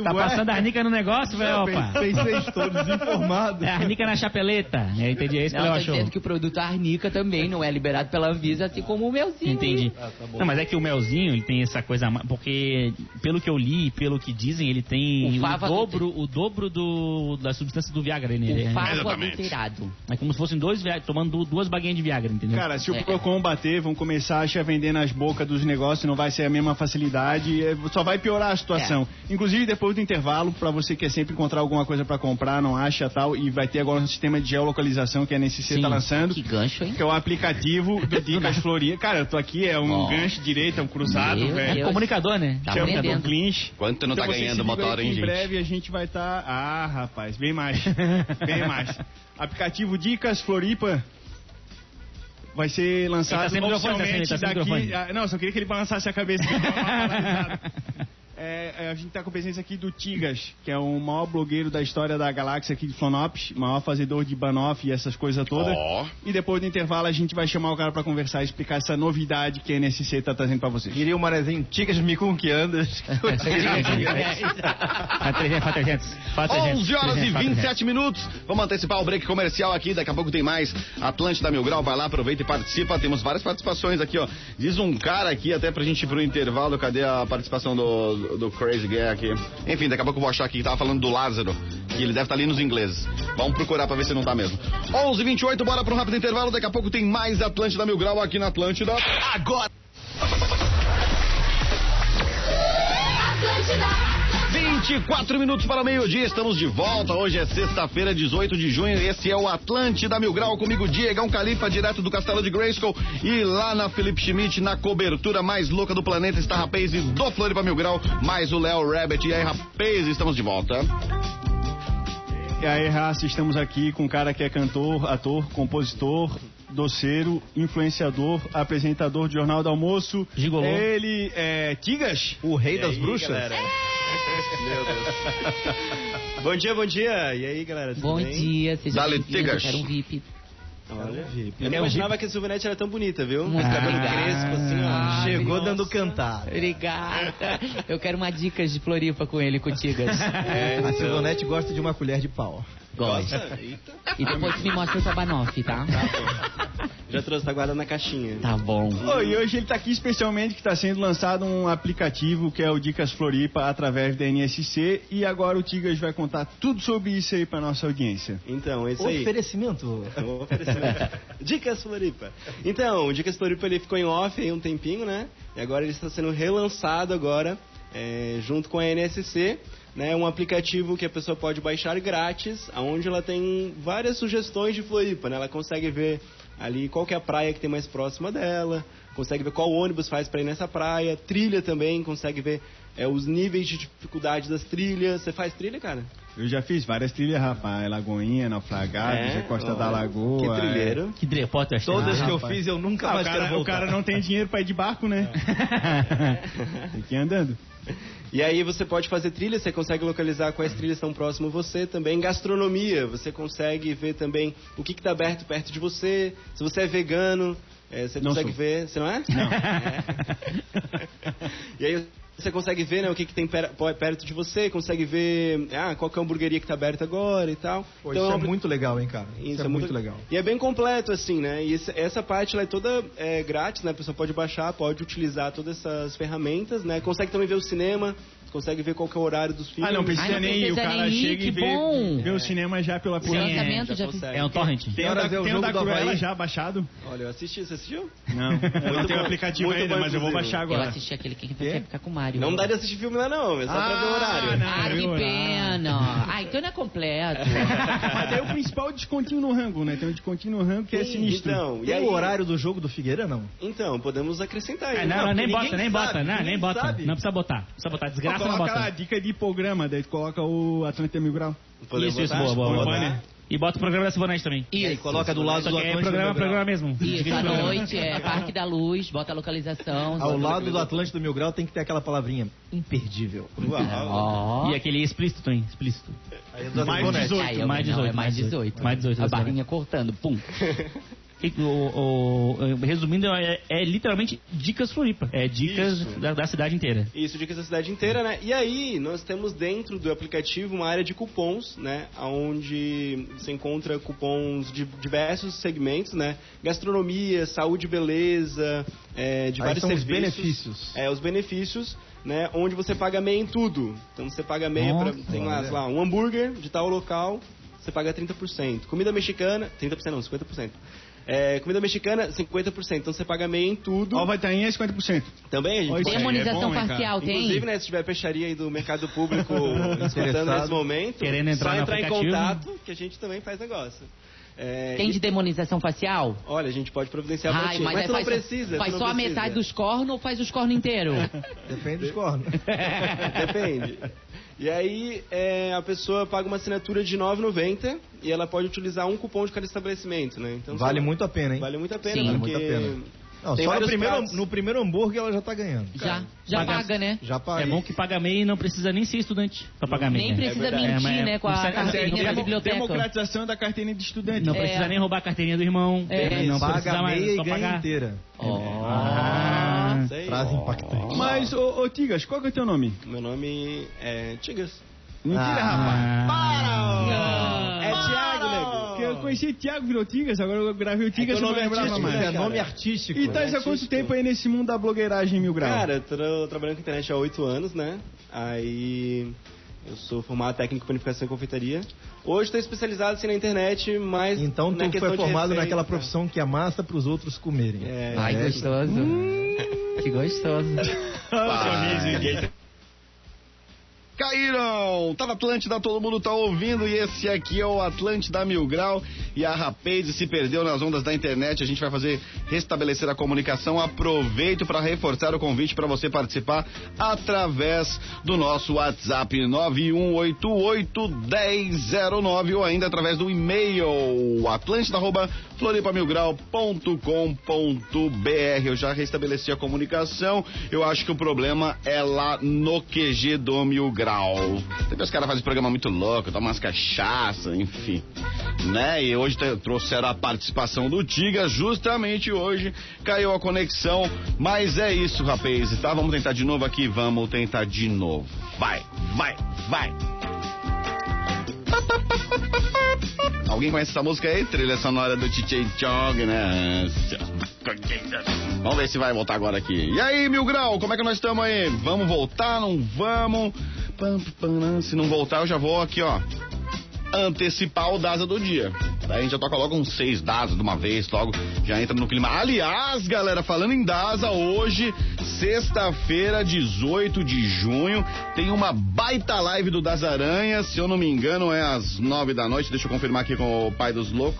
Speaker 4: Tá passando arnica no negócio, velho, opa.
Speaker 5: Pensei todos informados.
Speaker 4: É arnica na chapeleta. É, entendi, é isso que o
Speaker 2: Ela
Speaker 4: Léo
Speaker 2: tá
Speaker 4: achou.
Speaker 2: dizendo que o produto arnica também não é liberado pela Anvisa, assim como o melzinho.
Speaker 4: Entendi. não, mas é que o melzinho, ele tem essa coisa... a mais- Porque, pelo que eu li, pelo que dizem, ele tem
Speaker 2: O
Speaker 4: o,
Speaker 2: fava-
Speaker 4: dobro, o dobro do, da substância do Viagra nele.
Speaker 2: O
Speaker 4: né?
Speaker 2: favo
Speaker 1: Exatamente.
Speaker 2: adulterado.
Speaker 4: É como se fossem dois Viagra, tomando du- duas baguinhas de Viagra, entendeu?
Speaker 3: Cara, se
Speaker 2: É.
Speaker 3: o Procon bater, vão começar a vender nas bocas dos negócios, não vai ser a mesma facilidade, é, só vai piorar a situação. Inclusive, de- depois do intervalo, pra você que quer sempre encontrar alguma coisa pra comprar, não acha tal, e vai ter agora um sistema de geolocalização que a NSC
Speaker 2: Sim.
Speaker 3: tá lançando.
Speaker 2: Que gancho, hein?
Speaker 3: Que é o aplicativo do Dicas Floria. Cara, eu tô aqui, é um
Speaker 2: Bom.
Speaker 3: gancho direito, é um cruzado,
Speaker 2: Meu
Speaker 3: velho.
Speaker 2: Deus.
Speaker 4: Comunicador, né?
Speaker 2: Tá
Speaker 3: Chama
Speaker 2: aprendendo.
Speaker 3: do Clinch.
Speaker 1: Quanto não tá
Speaker 3: vocês
Speaker 1: ganhando
Speaker 3: se ligam aí
Speaker 1: motor,
Speaker 3: que
Speaker 1: hein,
Speaker 3: Em
Speaker 1: gente?
Speaker 3: breve a gente vai estar. Ah, rapaz, bem mais. bem mais. Aplicativo Dicas Floripa. Vai ser lançado
Speaker 4: Ele tá sem microfone, tá sem-
Speaker 3: oficialmente
Speaker 4: tá sem
Speaker 3: daqui.
Speaker 4: microfone.
Speaker 3: Ah, não, só queria que ele balançasse a cabeça. Dá uma paralisada. É, é, a gente tá com a presença aqui do Tigas, que é o maior blogueiro da história da galáxia aqui de Flonops, maior fazedor de banoff e essas coisas todas.
Speaker 1: Ó.
Speaker 3: E depois do intervalo a gente vai chamar o cara pra conversar e explicar essa novidade que a NSC tá trazendo pra vocês.
Speaker 5: Queria uma manezinho Ticas Micunquiandas.
Speaker 4: É, F300, F300.
Speaker 1: 11 horas e 27 minutos. Vamos antecipar o break comercial aqui. Daqui a pouco tem mais Atlântida Mil Grau. Vai lá, aproveita e participa. Temos várias participações aqui, ó. Diz um cara aqui, até pra gente ir pro intervalo. Cadê a participação do, do Crazy Guy aqui? Enfim, daqui a pouco eu vou achar aqui que tava falando do Lázaro. Que ele deve estar ali nos ingleses. Vamos procurar pra ver se não tá mesmo. 11 h 28 bora pro rápido intervalo. Daqui a pouco tem mais Atlântida Mil Grau aqui na Atlântida. Agora! 24 minutos para o meio-dia, estamos de volta. Hoje é sexta-feira, 18 de junho. Esse é o Atlântida Mil Grau, comigo Diegão Califa, direto do Castelo de Grayskull. E lá na Felipe Schmidt, na cobertura mais louca do planeta, está Rapaz e do Floripa Mil Grau, mais o Léo Rabbit. E aí, Rapaz, estamos de volta.
Speaker 3: E aí, raça, estamos aqui com um cara que é cantor, ator, compositor, doceiro, influenciador, apresentador de Jornal do Almoço.
Speaker 4: Gigolô.
Speaker 3: Ele é Tigas?
Speaker 5: O rei das bruxas.
Speaker 7: Meu Deus. bom dia, bom dia. E aí, galera? Tudo
Speaker 2: Bom
Speaker 7: bem?
Speaker 2: dia, seja
Speaker 1: Dale
Speaker 2: bem-vindo.
Speaker 1: tigas.
Speaker 2: Quero um VIP.
Speaker 5: Olha,
Speaker 7: Eu
Speaker 5: É um
Speaker 7: não imaginava que a Silvanete era tão bonita, viu?
Speaker 2: Muito
Speaker 7: Cabelo
Speaker 2: obrigado.
Speaker 7: crespo, assim, ó.
Speaker 2: Ah,
Speaker 5: Chegou
Speaker 2: nossa.
Speaker 5: dando cantada.
Speaker 2: Obrigada. Eu quero uma dica de Floripa com ele, com o Tigas.
Speaker 7: É,
Speaker 5: A Silvanete gosta de uma colher de pau.
Speaker 2: Gosto. E depois me mostra essa banoff, tá?
Speaker 7: Já trouxe, tá guardando na caixinha.
Speaker 2: Tá bom.
Speaker 3: Oi, e hoje ele está aqui especialmente que está sendo lançado um aplicativo que é o Dicas Floripa através da NSC. E agora o Tigas vai contar tudo sobre isso aí para nossa audiência.
Speaker 7: Então, é isso aí.
Speaker 5: Oferecimento.
Speaker 7: Um oferecimento. Dicas Floripa. Então, o Dicas Floripa ele ficou em off aí um tempinho, né? E agora ele está sendo relançado agora, é, junto com a NSC, né? Um aplicativo que a pessoa pode baixar grátis, onde ela tem várias sugestões de Floripa, né? Ela consegue ver ali qual que é a praia que tem mais próxima dela, consegue ver qual ônibus faz para ir nessa praia, trilha também, consegue ver é, os níveis de dificuldade das trilhas. Você faz trilha, cara?
Speaker 3: Eu já fiz várias trilhas, rapaz. Lagoinha, Naufragados,
Speaker 7: É?
Speaker 3: Costa da
Speaker 7: Olha,
Speaker 3: Lagoa.
Speaker 7: que trilheiro.
Speaker 4: Que drepota, eu
Speaker 5: Todas que eu
Speaker 3: rapaz.
Speaker 5: fiz eu nunca
Speaker 3: Ah, o,
Speaker 5: mais
Speaker 3: cara,
Speaker 5: quero
Speaker 3: o cara
Speaker 5: voltar.
Speaker 3: não tem dinheiro pra ir de barco, né? tem que ir andando.
Speaker 7: E aí você pode fazer trilhas, você consegue localizar quais trilhas estão próximo a você também. Gastronomia, você consegue ver também o que está aberto perto de você. Se você é vegano, eh, você
Speaker 3: Não
Speaker 7: consegue
Speaker 3: sou.
Speaker 7: ver. Você não é? Não. e aí você consegue ver né, o que, que tem per- po- perto de você, consegue ver ah, qual que é a hamburgueria que está aberta agora e tal.
Speaker 5: Pô,
Speaker 3: Então,
Speaker 5: isso
Speaker 7: um
Speaker 5: é
Speaker 7: apli-
Speaker 5: muito legal, hein, cara? Isso, é, muito legal.
Speaker 7: E é bem completo, assim, né? E esse- essa parte ela é toda é, grátis, né? A pessoa pode baixar, pode utilizar todas essas ferramentas, né? Consegue também ver o cinema, consegue ver qual que é o horário dos filmes.
Speaker 3: Ah, não precisa
Speaker 2: Ai, não
Speaker 3: nem ir. O
Speaker 2: precisa
Speaker 3: cara
Speaker 2: nem ir,
Speaker 3: chega e
Speaker 2: que bom.
Speaker 3: vê, vê o cinema já pela
Speaker 2: O
Speaker 3: porta.
Speaker 2: lançamento já...
Speaker 7: consegue.
Speaker 4: É um torrent.
Speaker 3: Tem o
Speaker 5: Que
Speaker 3: da,
Speaker 5: horas é o
Speaker 3: tem o
Speaker 5: jogo
Speaker 3: da
Speaker 5: do
Speaker 3: Cruella
Speaker 5: Havaí?
Speaker 3: já baixado?
Speaker 7: Olha, eu assisti, você assistiu?
Speaker 3: Não, eu não
Speaker 7: Muito
Speaker 3: tenho o
Speaker 7: bom,
Speaker 3: aplicativo
Speaker 7: muito
Speaker 3: ainda,
Speaker 7: bom,
Speaker 3: mas eu vou
Speaker 7: inclusive.
Speaker 3: baixar
Speaker 2: Eu
Speaker 3: agora.
Speaker 2: assisti aquele que quer ficar com o Mário.
Speaker 7: Não dá de assistir filme lá não, é só pra ver o horário.
Speaker 3: não.
Speaker 2: Ah, que
Speaker 3: Viu?
Speaker 2: pena. Ah, então não é completo.
Speaker 3: Mas tem o principal descontinho no rango, né? Tem um descontinho no rango que é
Speaker 7: Sim,
Speaker 3: sinistro.
Speaker 7: Então, e
Speaker 5: Tem
Speaker 7: aí,
Speaker 5: o horário do jogo do Figueira, não?
Speaker 7: Então, podemos acrescentar aí. né?
Speaker 4: Ah, não, não, nem
Speaker 7: porque
Speaker 4: bota,
Speaker 7: ninguém
Speaker 4: nem
Speaker 7: sabe,
Speaker 4: bota, não,
Speaker 7: ninguém
Speaker 4: nem bota.
Speaker 7: sabe.
Speaker 4: Não precisa botar. Precisa botar.
Speaker 3: Só
Speaker 4: Desgraça, não
Speaker 3: coloca lá a
Speaker 4: bota.
Speaker 3: dica de programa, daí tu coloca o Atlântico Mil Grau.
Speaker 7: Podemos
Speaker 4: Isso, isso,
Speaker 7: botar?
Speaker 4: boa, boa,
Speaker 7: Podemos
Speaker 4: boa.
Speaker 7: botar?
Speaker 4: E bota o programa da Silvanete também.
Speaker 5: E aí,
Speaker 2: Isso.
Speaker 5: coloca do lado
Speaker 4: Só
Speaker 5: do
Speaker 4: que é
Speaker 5: Atlântico.
Speaker 4: programa,
Speaker 5: Mil Grau.
Speaker 4: programa mesmo.
Speaker 2: Isso, à noite, é Parque da Luz, bota a localização.
Speaker 5: Ao lado do Atlântico do Mil Grau tem que ter aquela palavrinha imperdível.
Speaker 2: Ó.
Speaker 4: E é aquele explícito, hein? Explícito.
Speaker 5: Aí é do
Speaker 3: Mais
Speaker 5: Atlântico.
Speaker 3: 18,
Speaker 2: Aí, eu-
Speaker 4: mais
Speaker 2: não,
Speaker 4: 18,
Speaker 2: é mais 18.
Speaker 4: mais 18,
Speaker 2: A
Speaker 4: mais
Speaker 2: barrinha cortando, pum.
Speaker 4: Que- o- o- resumindo, é, é literalmente dicas Floripa. É dicas da, da cidade inteira.
Speaker 7: Isso, dicas da cidade inteira, né? E aí, nós temos dentro do aplicativo uma área de cupons, né? Onde você encontra cupons de diversos segmentos, né? Gastronomia, saúde e beleza, é, de
Speaker 5: Aí
Speaker 7: vários
Speaker 5: são os
Speaker 7: serviços.
Speaker 5: benefícios.
Speaker 7: É, os benefícios, né? Onde você paga meia em tudo. Então, você paga meia pra, tem lá, sei lá, um hambúrguer de tal local, você paga 30%. Comida mexicana, 30% não, 50%. É, comida mexicana, 50%. Então você paga meia em tudo.
Speaker 3: Ó, vai estar tá em 50%.
Speaker 7: Também a gente
Speaker 3: Ó, isso
Speaker 7: pode-
Speaker 3: aí é
Speaker 2: Demonização
Speaker 3: bom, hein, cara?
Speaker 2: parcial
Speaker 7: Inclusive,
Speaker 2: Ah, tem?
Speaker 7: né, se tiver peixaria aí do mercado público escutando nesse momento,
Speaker 4: Querendo entrar
Speaker 7: só
Speaker 4: no
Speaker 7: entrar em
Speaker 4: aplicativo.
Speaker 5: né?
Speaker 7: contato que a gente também faz negócio. É,
Speaker 2: Tem
Speaker 7: e-
Speaker 2: de demonização facial?
Speaker 7: Olha, a gente pode providenciar pra
Speaker 2: Ai,
Speaker 7: ti. Tá Mas,
Speaker 2: aí
Speaker 7: tu não
Speaker 2: faz,
Speaker 7: precisa. tu
Speaker 2: faz
Speaker 7: não
Speaker 2: só a
Speaker 7: precisa.
Speaker 2: metade dos cornos ou faz os cornos inteiros?
Speaker 5: Depende dos cornos.
Speaker 7: Depende. E aí é, a pessoa paga uma assinatura de R$ 9,90 e ela pode utilizar um cupom de cada estabelecimento, né? Então,
Speaker 5: Vale
Speaker 7: só-
Speaker 5: muito a pena, hein?
Speaker 7: Vale muito a pena,
Speaker 2: Sim. Vale
Speaker 7: porque...
Speaker 5: muito a pena. Não,
Speaker 7: Tem
Speaker 5: só no
Speaker 7: vários
Speaker 5: primeiro,
Speaker 7: pratos.
Speaker 5: no primeiro hambúrguer ela já tá ganhando.
Speaker 2: já, já
Speaker 4: Paga-
Speaker 2: paga, né?
Speaker 5: Já
Speaker 4: É
Speaker 5: paga.
Speaker 4: bom que paga meia e não precisa nem ser estudante pra pagar meia.
Speaker 2: Nem precisa
Speaker 7: É verdade.
Speaker 2: mentir,
Speaker 4: É, mas
Speaker 2: né, com
Speaker 4: isso
Speaker 2: a
Speaker 4: é-
Speaker 2: carteirinha
Speaker 4: é-
Speaker 2: da
Speaker 4: é-
Speaker 2: biblioteca.
Speaker 3: Democratização da carteirinha de estudante.
Speaker 4: Não
Speaker 2: É.
Speaker 4: precisa nem roubar a carteirinha do irmão. né?
Speaker 2: É.
Speaker 4: Não
Speaker 5: paga
Speaker 4: precisa
Speaker 5: meia
Speaker 4: mais,
Speaker 5: e
Speaker 4: só
Speaker 5: ganha
Speaker 4: pagar.
Speaker 5: inteira.
Speaker 4: Ah.
Speaker 7: Sei.
Speaker 5: Frase impactante.
Speaker 3: Mas, ô, ô Tigas, qual que é o teu nome?
Speaker 7: Meu nome é Tigas.
Speaker 3: Mentira,
Speaker 4: Ah.
Speaker 7: É Thiago,
Speaker 2: Ah.
Speaker 7: nego.
Speaker 3: rapaz. Eu conheci Tiago, virou Tigas, agora eu gravei o
Speaker 7: É
Speaker 3: Tigas
Speaker 7: que
Speaker 3: e
Speaker 7: o
Speaker 3: não
Speaker 7: nome é
Speaker 3: lembrava
Speaker 7: artístico, né?
Speaker 3: mais.
Speaker 5: É nome
Speaker 7: cara.
Speaker 5: artístico.
Speaker 3: E tá há quanto tempo aí nesse mundo da blogueiragem mil graus?
Speaker 7: é Cara, eu tô trabalhando com internet há oito anos, né? Aí eu sou formado técnico em panificação e confeitaria. Hoje estou especializado assim, na internet, mas.
Speaker 5: Então
Speaker 7: na
Speaker 5: tu
Speaker 7: é questão
Speaker 5: foi
Speaker 7: de
Speaker 5: formado
Speaker 7: receita.
Speaker 5: naquela profissão que amassa pros outros comerem.
Speaker 7: É,
Speaker 2: Ai, gostoso. hum. Que gostoso.
Speaker 7: tá-
Speaker 1: Caíram! Tá na Atlântida, todo mundo tá ouvindo e esse aqui é o Atlântida Mil Grau e a Rapaze se perdeu nas ondas da internet. A gente vai fazer restabelecer a comunicação. Aproveito para reforçar o convite para você participar através do nosso WhatsApp 91881009 ou ainda através do e-mail atlântida@floripamilgrau.com.br. Eu já restabeleci a comunicação. Eu acho que o problema é lá no QG do Mil Grau. Depois os caras fazem programa muito louco, tomam umas cachaça, enfim. Né? E hoje te- trouxeram a participação do Tiga, justamente hoje caiu a conexão. Mas é isso, rapaz, tá? Vamos tentar de novo aqui, vamos tentar de novo. Vai, vai, vai. Alguém conhece essa música aí? Trilha sonora do DJ Chong, né? Vamos ver se vai voltar agora aqui. E aí, Mil Grau, como é que nós estamos aí? Vamos voltar? Não vamos? Pam, pam, pam. Se não voltar, eu já vou aqui, ó. Antecipar o Daza do dia. Daí a gente já toca logo uns seis Daza de uma vez, logo já entra no clima. Aliás, galera, falando em Daza, hoje, sexta-feira, 18 de junho, tem uma baita live do Das Aranhas. Se eu não me engano, é às nove da noite. Deixa eu confirmar aqui com o pai dos loucos.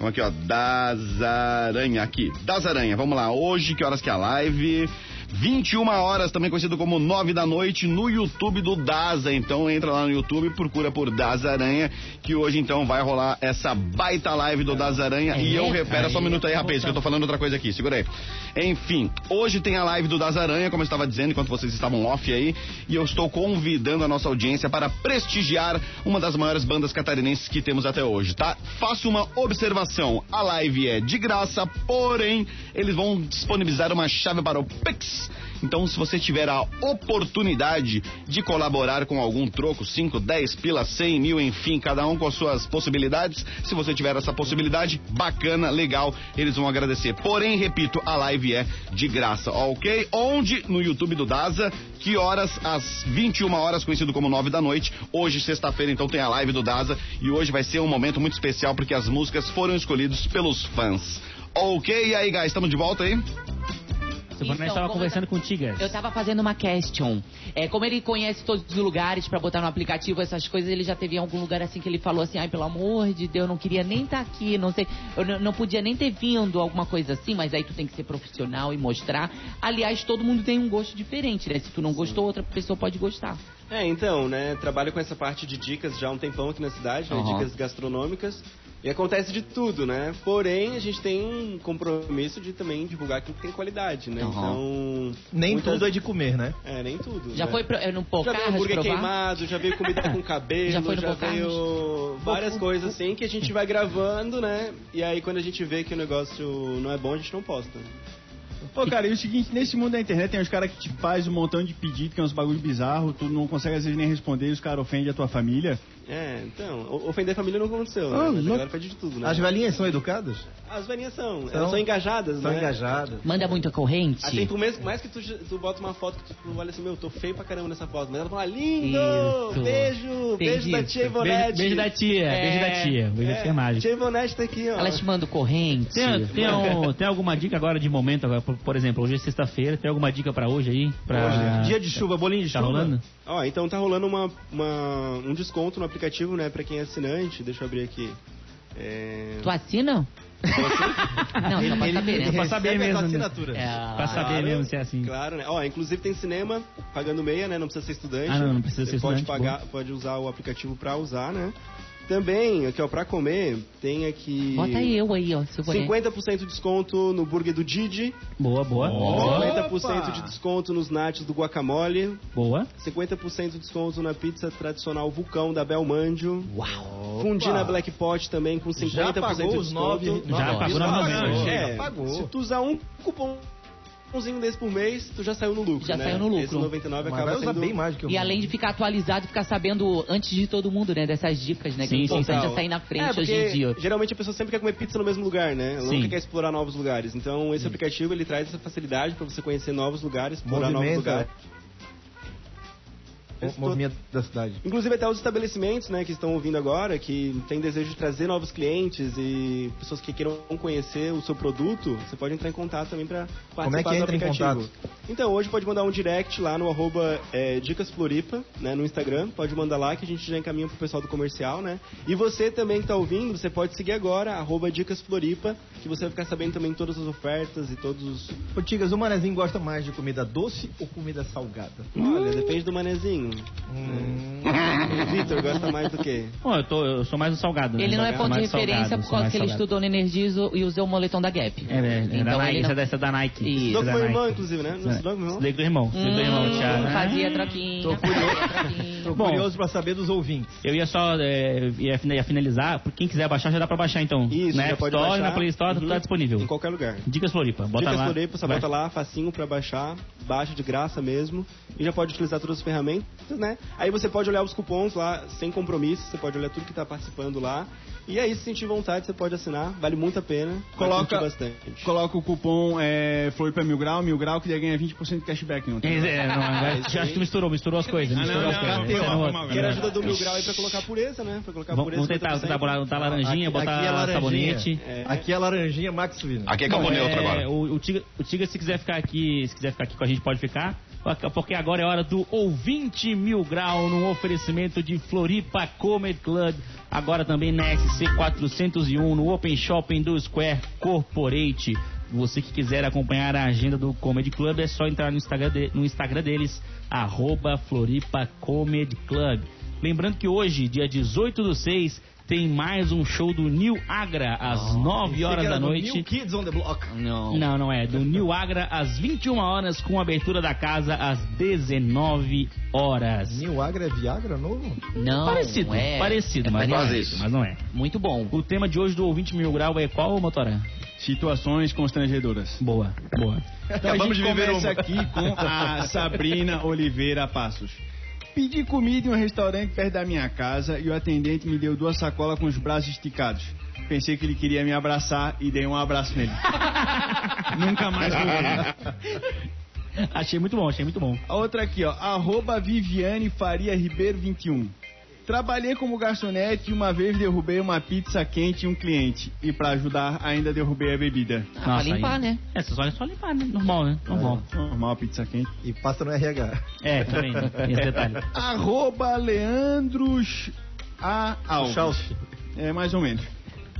Speaker 1: Vamos aqui, ó. Das Aranha, aqui. Das Aranha, vamos lá. Hoje, que horas que é a live? 21 horas, também conhecido como 9 da noite, no YouTube do Daza. Então entra lá no YouTube, procura por Das Aranha, que hoje então vai rolar essa baita live do Das Aranha. e eu repero só um minuto aí, rapaz, que eu tô falando outra coisa aqui, segura aí. Enfim, hoje tem a live do Das Aranha, como eu estava dizendo, enquanto vocês estavam off aí, e eu estou convidando a nossa audiência para prestigiar uma das maiores bandas catarinenses que temos até hoje, tá? Faço uma observação: a live é de graça, porém, eles vão disponibilizar uma chave para o Pix. Então, se você tiver a oportunidade de colaborar com algum troco, 5, 10, pila, 100 mil, enfim, cada um com as suas possibilidades, se você tiver essa possibilidade, bacana, legal, eles vão agradecer. Porém, repito, a live é de graça, ok? Onde? No YouTube do Daza, que horas? Às 21 horas, conhecido como 9 da noite. Hoje, sexta-feira, então tem a live do Daza e hoje vai ser um momento muito especial porque as músicas foram escolhidas pelos fãs. Ok, e aí, guys, estamos de volta aí?
Speaker 4: Semana
Speaker 2: Então,
Speaker 4: eu tava
Speaker 2: como
Speaker 4: conversando
Speaker 2: eu
Speaker 4: com o Tigas.
Speaker 2: Eu tava fazendo uma question. É, como ele conhece todos os lugares pra botar no aplicativo essas coisas, ele já teve em algum lugar assim que ele falou assim, ai, pelo amor de Deus, eu não queria nem estar aqui, não sei, eu n- não podia nem ter vindo, alguma coisa assim, mas aí tu tem que ser profissional e mostrar. Aliás, todo mundo tem um gosto diferente, né? Se tu não gostou, outra pessoa pode gostar.
Speaker 7: É, então, né? Trabalho com essa parte de dicas já há um tempão aqui na cidade, né?
Speaker 2: Aham.
Speaker 7: Dicas gastronômicas. E acontece de tudo, né? Porém, a gente tem um compromisso de também divulgar aquilo que tem qualidade, né? Então.
Speaker 5: Nem
Speaker 7: muitas-
Speaker 5: tudo é de comer, né?
Speaker 7: É, nem tudo.
Speaker 2: Já
Speaker 7: né?
Speaker 2: foi pro, é, no
Speaker 7: Já veio
Speaker 2: Pocarras
Speaker 7: hambúrguer
Speaker 2: provar?
Speaker 7: queimado, já veio comida com cabelo,
Speaker 2: Já
Speaker 7: já,
Speaker 2: foi no Bocarras?
Speaker 7: veio várias coisas assim que a gente vai gravando, né? E aí quando a gente vê que o negócio não é bom, a gente não posta.
Speaker 3: Pô, cara, e o seguinte, nesse mundo da internet tem uns caras que te faz um montão de pedido, que é uns bagulho bizarro, tu não consegue às vezes nem responder, e os caras ofendem a tua família.
Speaker 7: É, então, o- ofender a família não aconteceu, né?
Speaker 5: Ah,
Speaker 7: Mas a
Speaker 5: louco.
Speaker 7: galera pede de tudo, né?
Speaker 5: As velhinhas são educadas?
Speaker 7: As velhinhas são,
Speaker 5: São-
Speaker 7: elas são engajadas,
Speaker 5: São
Speaker 7: né?
Speaker 5: engajadas.
Speaker 2: Manda muita corrente?
Speaker 7: Assim, por mais, mais que tu, tu bota uma foto que tu olha assim, meu, tô feio pra caramba nessa foto, mas ela fala, lindo,
Speaker 2: Isso.
Speaker 7: beijo, beijo da
Speaker 2: isso.
Speaker 7: tia
Speaker 4: Beijo,
Speaker 7: Ivonete.
Speaker 4: beijo da tia,
Speaker 2: É.
Speaker 4: beijo da tia. Beijo
Speaker 5: É.
Speaker 4: da é tia mágica.
Speaker 7: Tia Ivonete tá aqui, ó.
Speaker 2: Ela é te manda corrente.
Speaker 4: Tem, tem, um- tem alguma dica agora de momento? agora? Por, por exemplo, hoje é sexta-feira, tem alguma dica pra hoje aí? Pra...
Speaker 5: Dia de chuva, bolinho de
Speaker 4: Tá
Speaker 5: chuva.
Speaker 4: rolando?
Speaker 7: Ó, então tá rolando uma, uma- um desconto no aplicativo, né, pra quem é assinante. Deixa eu abrir aqui. É...
Speaker 2: Tu assina? Não, só pra saber, né?
Speaker 4: Pra saber mesmo,
Speaker 5: Recebe essa
Speaker 4: né?
Speaker 5: assinatura.
Speaker 2: É,
Speaker 4: Pra saber mesmo se é assim.
Speaker 7: Claro, né? Ó, inclusive tem cinema pagando meia, né? Não precisa ser estudante.
Speaker 4: Ah, não, não precisa
Speaker 7: Você
Speaker 4: ser
Speaker 7: pode
Speaker 4: estudante,
Speaker 7: pagar, pode usar o aplicativo pra usar, né? Também, aqui ó, pra comer, tem aqui...
Speaker 2: Bota eu aí, ó, se eu vou
Speaker 7: 50% de desconto no burger do Didi,
Speaker 4: Boa, boa.
Speaker 7: 50% de desconto nos nachos do Guacamole,
Speaker 4: Boa.
Speaker 7: 50% de desconto na pizza tradicional Vulcão da Belmândio. Uau! Fundina Black Pot também com 50%
Speaker 5: Já pagou
Speaker 7: de
Speaker 5: os
Speaker 7: desconto.
Speaker 5: nove.
Speaker 4: Já
Speaker 5: nove-
Speaker 4: pagou
Speaker 5: Já
Speaker 4: novamente.
Speaker 5: pagou,
Speaker 7: É,
Speaker 5: Já
Speaker 7: Se
Speaker 5: pagou.
Speaker 7: tu usar um cupomzinho desse por mês, tu já saiu no lucro,
Speaker 2: Já
Speaker 7: né?
Speaker 2: saiu no lucro.
Speaker 7: Esse 99
Speaker 5: Mas
Speaker 7: acaba
Speaker 5: vai usar
Speaker 7: sendo...
Speaker 5: bem mais do que eu.
Speaker 2: E além de ficar atualizado, ficar sabendo antes de todo mundo, né? Dessas dicas, né?
Speaker 4: Sim,
Speaker 2: que
Speaker 4: sim,
Speaker 2: é importante
Speaker 7: Total.
Speaker 2: é sair na
Speaker 7: É,
Speaker 2: frente
Speaker 7: porque
Speaker 2: hoje em dia.
Speaker 7: Geralmente a pessoa sempre quer comer pizza no mesmo lugar, né? Ela
Speaker 4: Sim.
Speaker 7: nunca quer explorar novos lugares. Então esse aplicativo ele traz essa facilidade pra você conhecer novos lugares, explorar novos
Speaker 5: Movimenta.
Speaker 7: lugares.
Speaker 5: né? O movimento da cidade.
Speaker 7: Inclusive até os estabelecimentos, né, que estão ouvindo agora, que tem desejo de trazer novos clientes e pessoas que queiram conhecer o seu produto, você pode entrar em contato também para participar
Speaker 5: Como é que
Speaker 7: do
Speaker 5: entra em
Speaker 7: aplicativo.
Speaker 5: contato?
Speaker 7: Então hoje pode mandar um direct lá no arroba é, Dicas Floripa, né, no Instagram, pode mandar lá que a gente já encaminha pro pessoal do comercial, né? E você também que tá ouvindo, você pode seguir agora arroba Dicas Floripa, que você vai ficar sabendo também todas as ofertas e todos os
Speaker 5: Ô, Tigas, o Manezinho gosta mais de comida doce ou comida salgada?
Speaker 7: Olha, depende do manezinho.
Speaker 4: Hum,
Speaker 7: O Vitor gosta mais do que?
Speaker 4: Bom, eu, tô, eu sou mais um salgado. né?
Speaker 2: Ele não é
Speaker 4: Sou
Speaker 2: ponto de
Speaker 4: mais
Speaker 2: referência
Speaker 4: salgado,
Speaker 2: por
Speaker 4: sou
Speaker 2: causa
Speaker 4: mais
Speaker 2: que ele
Speaker 4: salgado.
Speaker 2: estudou no Energizo e usou o moletom da Gap.
Speaker 4: É, é, é da
Speaker 2: Então
Speaker 4: Nike,
Speaker 2: ele
Speaker 4: essa
Speaker 2: não...
Speaker 4: é dessa da Nike. Essa
Speaker 2: Isso.
Speaker 7: Estudou
Speaker 4: é da
Speaker 7: com meu
Speaker 4: Nike.
Speaker 7: irmão, inclusive, né? Não estudou com meu irmão?
Speaker 4: Estudei com o irmão. Estudei com o irmão,
Speaker 2: Hum,
Speaker 4: Thiago.
Speaker 2: Fazia troquinha. fazia troquinha.
Speaker 5: Tô
Speaker 4: Bom.
Speaker 5: curioso pra saber dos ouvintes.
Speaker 4: Eu ia só é, ia fina- ia finalizar, por quem quiser baixar já dá pra baixar então.
Speaker 7: Isso,
Speaker 4: na
Speaker 7: já
Speaker 4: App
Speaker 7: pode
Speaker 4: Store,
Speaker 7: baixar.
Speaker 4: na Play Store,
Speaker 7: Uhum.
Speaker 4: tá disponível.
Speaker 7: Em qualquer lugar.
Speaker 4: Dicas Floripa, bota
Speaker 7: Dicas
Speaker 4: lá.
Speaker 7: Floripa, você
Speaker 4: Vai.
Speaker 7: bota lá, facinho pra baixar, baixa de graça mesmo. E já pode utilizar todas as ferramentas, né? Aí você pode olhar os cupons lá, sem compromisso, você pode olhar tudo que tá participando lá. E aí, se sentir vontade, você pode assinar, vale muito a pena. vai
Speaker 3: Coloca,
Speaker 7: curtir bastante.
Speaker 3: coloca o cupom é, Floripa Mil Grau, Mil Grau, que daí ganha 20% de cashback. Não
Speaker 4: É,
Speaker 3: tem?
Speaker 4: é, não, agora-
Speaker 7: isso
Speaker 4: já acho
Speaker 7: aí.
Speaker 4: que misturou, misturou as coisas.
Speaker 3: Ah, não,
Speaker 4: Misturou
Speaker 3: não,
Speaker 4: as coisas.
Speaker 3: não,
Speaker 4: Isso é
Speaker 3: não,
Speaker 4: no
Speaker 3: não,
Speaker 4: outro.
Speaker 3: não, não.
Speaker 7: Quero a ajuda do Mil Grau aí pra colocar a pureza, né? Pra colocar a
Speaker 4: Vamos
Speaker 7: pureza.
Speaker 4: vamos tentar tá
Speaker 7: 50%.
Speaker 4: botar botar laranjinha,
Speaker 5: Aqui- aqui é
Speaker 4: botar
Speaker 5: laranjinha.
Speaker 4: sabonete.
Speaker 7: É.
Speaker 5: Aqui é laranjinha Max Vina.
Speaker 1: Aqui é campo
Speaker 4: Bom,
Speaker 1: neutro
Speaker 4: é,
Speaker 1: agora.
Speaker 4: O, o, Tiga, o Tiga, se quiser ficar aqui, se quiser ficar aqui com a gente, pode ficar. Porque agora é hora do ouvinte mil grau num oferecimento de Floripa Comet Club. Agora também na SC401, no Open Shopping do Square Corporate. Você que quiser acompanhar a agenda do Comedy Club, é só entrar no Instagram, de- no Instagram deles, arroba Floripa Comedy Club. Lembrando que hoje, dia 18 do 6, tem mais um show do New Agra, às 9 é horas da noite.
Speaker 5: New Kids on the Block.
Speaker 2: Não.
Speaker 4: Não, não é. Do New Agra às 21 horas, com abertura da casa às 19 horas.
Speaker 5: New Agra é Viagra novo?
Speaker 2: Não.
Speaker 4: parecido,
Speaker 2: é.
Speaker 4: parecido,
Speaker 2: É
Speaker 4: mas, não é,
Speaker 1: quase isso.
Speaker 4: mas não é.
Speaker 2: Muito bom.
Speaker 4: O tema de hoje do ouvinte mil grau é qual, Motorã?
Speaker 3: Situações constrangedoras.
Speaker 4: Boa, boa.
Speaker 3: Então
Speaker 5: Acabamos
Speaker 3: Acabamos a
Speaker 5: de
Speaker 3: gente
Speaker 5: viver
Speaker 3: começa
Speaker 5: uma.
Speaker 3: aqui com a Sabrina Oliveira Passos. Pedi comida em um restaurante perto da minha casa e o atendente me deu duas sacolas com os braços esticados. Pensei que ele queria me abraçar e dei um abraço nele. Nunca mais comi.
Speaker 4: Achei muito bom, achei muito bom.
Speaker 3: A outra aqui, ó. Arroba Viviane Faria Ribeiro 21. Trabalhei como garçonete e uma vez derrubei uma pizza quente em um cliente. E pra ajudar, ainda derrubei a bebida.
Speaker 2: Ah, pra limpar,
Speaker 4: aí-
Speaker 2: né?
Speaker 4: É, só, só limpar, né? Normal, né? Normal.
Speaker 3: Normal, pizza quente.
Speaker 5: E passa no RH.
Speaker 4: É, também, né? Tem esse detalhe.
Speaker 3: Arroba Leandros A. Alves.
Speaker 5: Chalf.
Speaker 3: É, mais ou menos.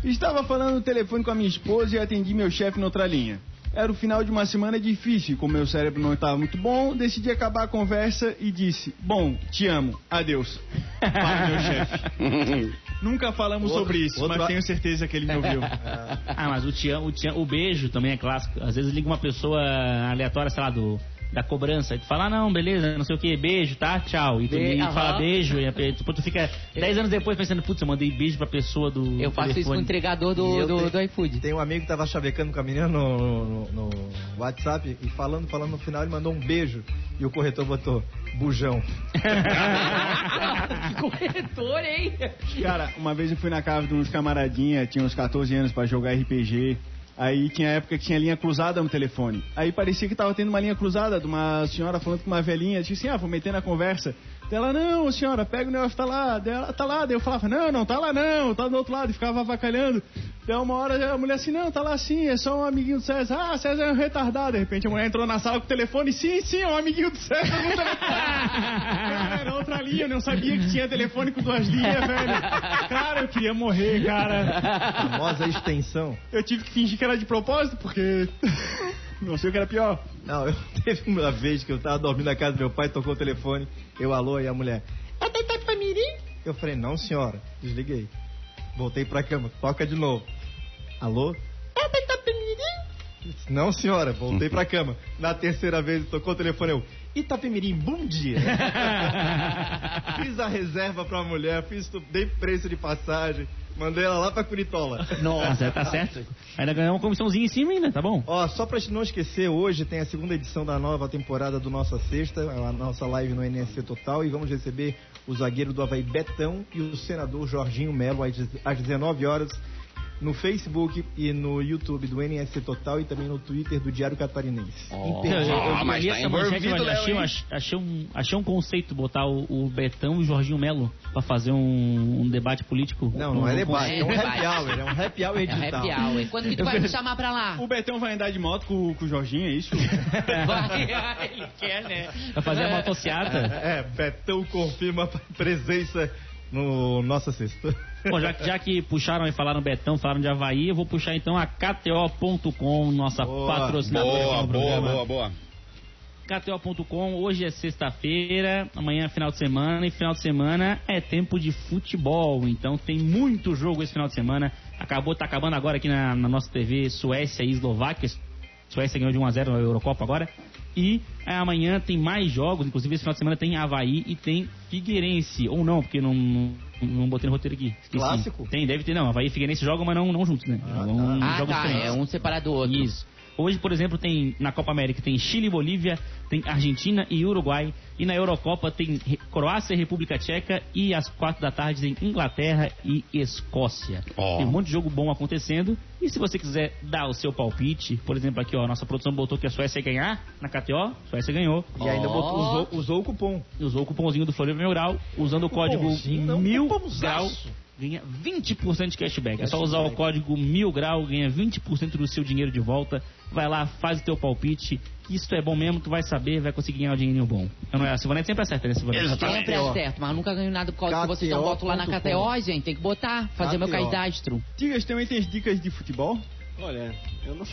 Speaker 3: Estava falando no telefone com a minha esposa e atendi meu chefe na outra linha. Era o final de uma semana difícil, como meu cérebro não estava muito bom, decidi acabar a conversa e disse: Bom, te amo, adeus. Para meu chefe. Nunca falamos
Speaker 5: Outro-
Speaker 3: sobre isso,
Speaker 5: outro
Speaker 3: mas
Speaker 5: a-
Speaker 3: tenho certeza que ele me ouviu.
Speaker 4: Ah, mas o, tian, o, tian, o beijo também é clássico. Às vezes liga uma pessoa aleatória, sei lá, do, da cobrança, e tu fala, ah, não, beleza, não sei o que, beijo, tá, tchau. E tu
Speaker 2: Be-
Speaker 4: e
Speaker 2: aham.
Speaker 4: fala beijo, e a pe- tipo, tu, tu fica 10 anos depois pensando, putz, eu mandei beijo pra pessoa do
Speaker 2: Eu faço isso com o
Speaker 4: telefone.
Speaker 2: entregador
Speaker 5: E
Speaker 2: do,
Speaker 5: eu
Speaker 2: do,
Speaker 5: tenho-
Speaker 2: do iFood.
Speaker 5: Tem um amigo que tava chavecando com a menina no, no- no- no WhatsApp e falando, falando no final, ele mandou um beijo. E o corretor botou, bujão.
Speaker 4: Ah,
Speaker 2: que corretor, hein?
Speaker 3: Cara, uma vez eu fui na casa de uns camaradinha, tinha uns 14 anos pra jogar RPG. Aí tinha época que tinha linha cruzada no telefone. Aí parecia que tava tendo uma linha cruzada de uma senhora falando com uma velhinha. Disse assim, ah, vou meter na conversa. Daí Ela, não, senhora, pega o negócio, tá lá. Daí ela, tá lá. Daí eu falava, não, não, tá lá não, tá do outro lado. E ficava avacalhando. Daí uma hora a mulher assim, não, tá lá sim, é só um amiguinho do César. Ah, César é um retardado. De repente a mulher entrou na sala com o telefone, sim, sim, é um amiguinho do César. no telefone. cara, era outra linha, eu não sabia que tinha telefone com duas linhas, velho. Cara, eu queria morrer, cara.
Speaker 5: A famosa extensão.
Speaker 3: Eu tive que fingir que era de propósito, porque... Não sei o que era pior.
Speaker 5: Não, eu teve uma vez que eu tava dormindo na casa do meu pai, tocou o telefone, eu alô e a mulher. "É Tata Pamirim?" Eu falei, não senhora, desliguei. Voltei pra cama, toca de novo. Alô? "É Tata Pamirim?" Eu disse, Não, senhora, voltei pra cama. Na terceira vez tocou o telefone, eu. Itapemirim, bom dia! fiz a reserva pra mulher, fiz, tu- dei preço de passagem, mandei ela lá pra Curitola.
Speaker 4: Nossa, tá certo. Ainda ganhou uma comissãozinha em cima ainda, tá bom?
Speaker 5: Ó, só pra gente não esquecer, hoje tem a segunda edição da nova temporada do Nossa Sexta, a nossa live no NSC Total, e vamos receber o zagueiro do Havaí Betão e o senador Jorginho Melo às dez- às 19 horas no Facebook e no YouTube do NSC Total e também no Twitter do Diário Catarinense.
Speaker 4: Eu- eu- eu
Speaker 1: mas
Speaker 4: li
Speaker 1: tá
Speaker 4: essa manchete,
Speaker 1: envolvido,
Speaker 4: mas
Speaker 1: Léo,
Speaker 4: achei,
Speaker 1: hein?
Speaker 4: ach- achei um, achei um conceito botar o, o Betão e o Jorginho Melo pra fazer um, um debate político.
Speaker 5: Não, não é debate, é um
Speaker 2: debate.
Speaker 5: happy hour, é um happy hour
Speaker 2: É
Speaker 5: digital.
Speaker 2: happy
Speaker 4: então.
Speaker 2: hour. Quando que tu vai me chamar pra lá?
Speaker 3: O Betão vai andar de moto com, com o Jorginho, é isso?
Speaker 2: Vai, ele quer, né?
Speaker 4: Pra fazer a motociata.
Speaker 5: É, Betão confirma a presença no Nossa Sexta.
Speaker 4: Bom, já, que- já que puxaram e falaram Betão, falaram de Havaí, eu vou puxar então a KTO.com, nossa
Speaker 5: Boa,
Speaker 1: Boa,
Speaker 4: patrocinadora do
Speaker 1: boa,
Speaker 4: um programa.
Speaker 1: boa, boa.
Speaker 4: KTO.com, hoje é sexta-feira, amanhã é final de semana e final de semana é tempo de futebol, então tem muito jogo esse final de semana. Acabou, tá acabando agora aqui na, na nossa TV Suécia e Eslováquia. Suécia ganhou de 1x0 na Eurocopa agora. E é, amanhã tem mais jogos, inclusive esse final de semana tem Havaí e tem Figueirense, ou não, porque não, não, não botei no roteiro aqui. Esqueci.
Speaker 5: Clássico?
Speaker 4: Tem, deve ter, não. Havaí e Figueirense jogam, mas não, não juntos, né? Jogam
Speaker 2: Ah,
Speaker 4: jogos
Speaker 2: tá.
Speaker 4: diferentes.
Speaker 2: É um separado do outro.
Speaker 4: Isso. Hoje, por exemplo, tem na Copa América tem Chile e Bolívia, tem Argentina e Uruguai, e na Eurocopa tem Re- Croácia e República Tcheca, e às quatro da tarde tem Inglaterra e Escócia.
Speaker 1: Ó.
Speaker 4: Tem um monte de jogo bom acontecendo, e se você quiser dar o seu palpite, por exemplo, aqui ó, nossa produção botou que a Suécia ia ganhar na KTO, a Suécia ganhou,
Speaker 5: E ainda
Speaker 4: um
Speaker 5: botou- usou, usou o cupom.
Speaker 4: e usou o cupomzinho do Floriano Mil Grau, usando o código
Speaker 5: Cupomzinho, não, é
Speaker 4: Mil
Speaker 5: cupomzaço.
Speaker 4: Grau. Ganha 20% de cashback. É só usar o código mil grau, ganha 20% do seu dinheiro de volta. Vai lá, faz o teu palpite. Que isso é bom mesmo, tu vai saber, vai conseguir ganhar um dinheirinho bom. Então, não é, a Silvanete sempre acerta, né, Silvanete?
Speaker 2: Sempre é certo, mas nunca ganho nada por causa que vocês não botam lá na KTO, gente. Tem que botar, fazer meu
Speaker 5: KTO.
Speaker 2: cadastro.
Speaker 3: Dicas também tem as dicas de futebol.
Speaker 7: Olha, eu não.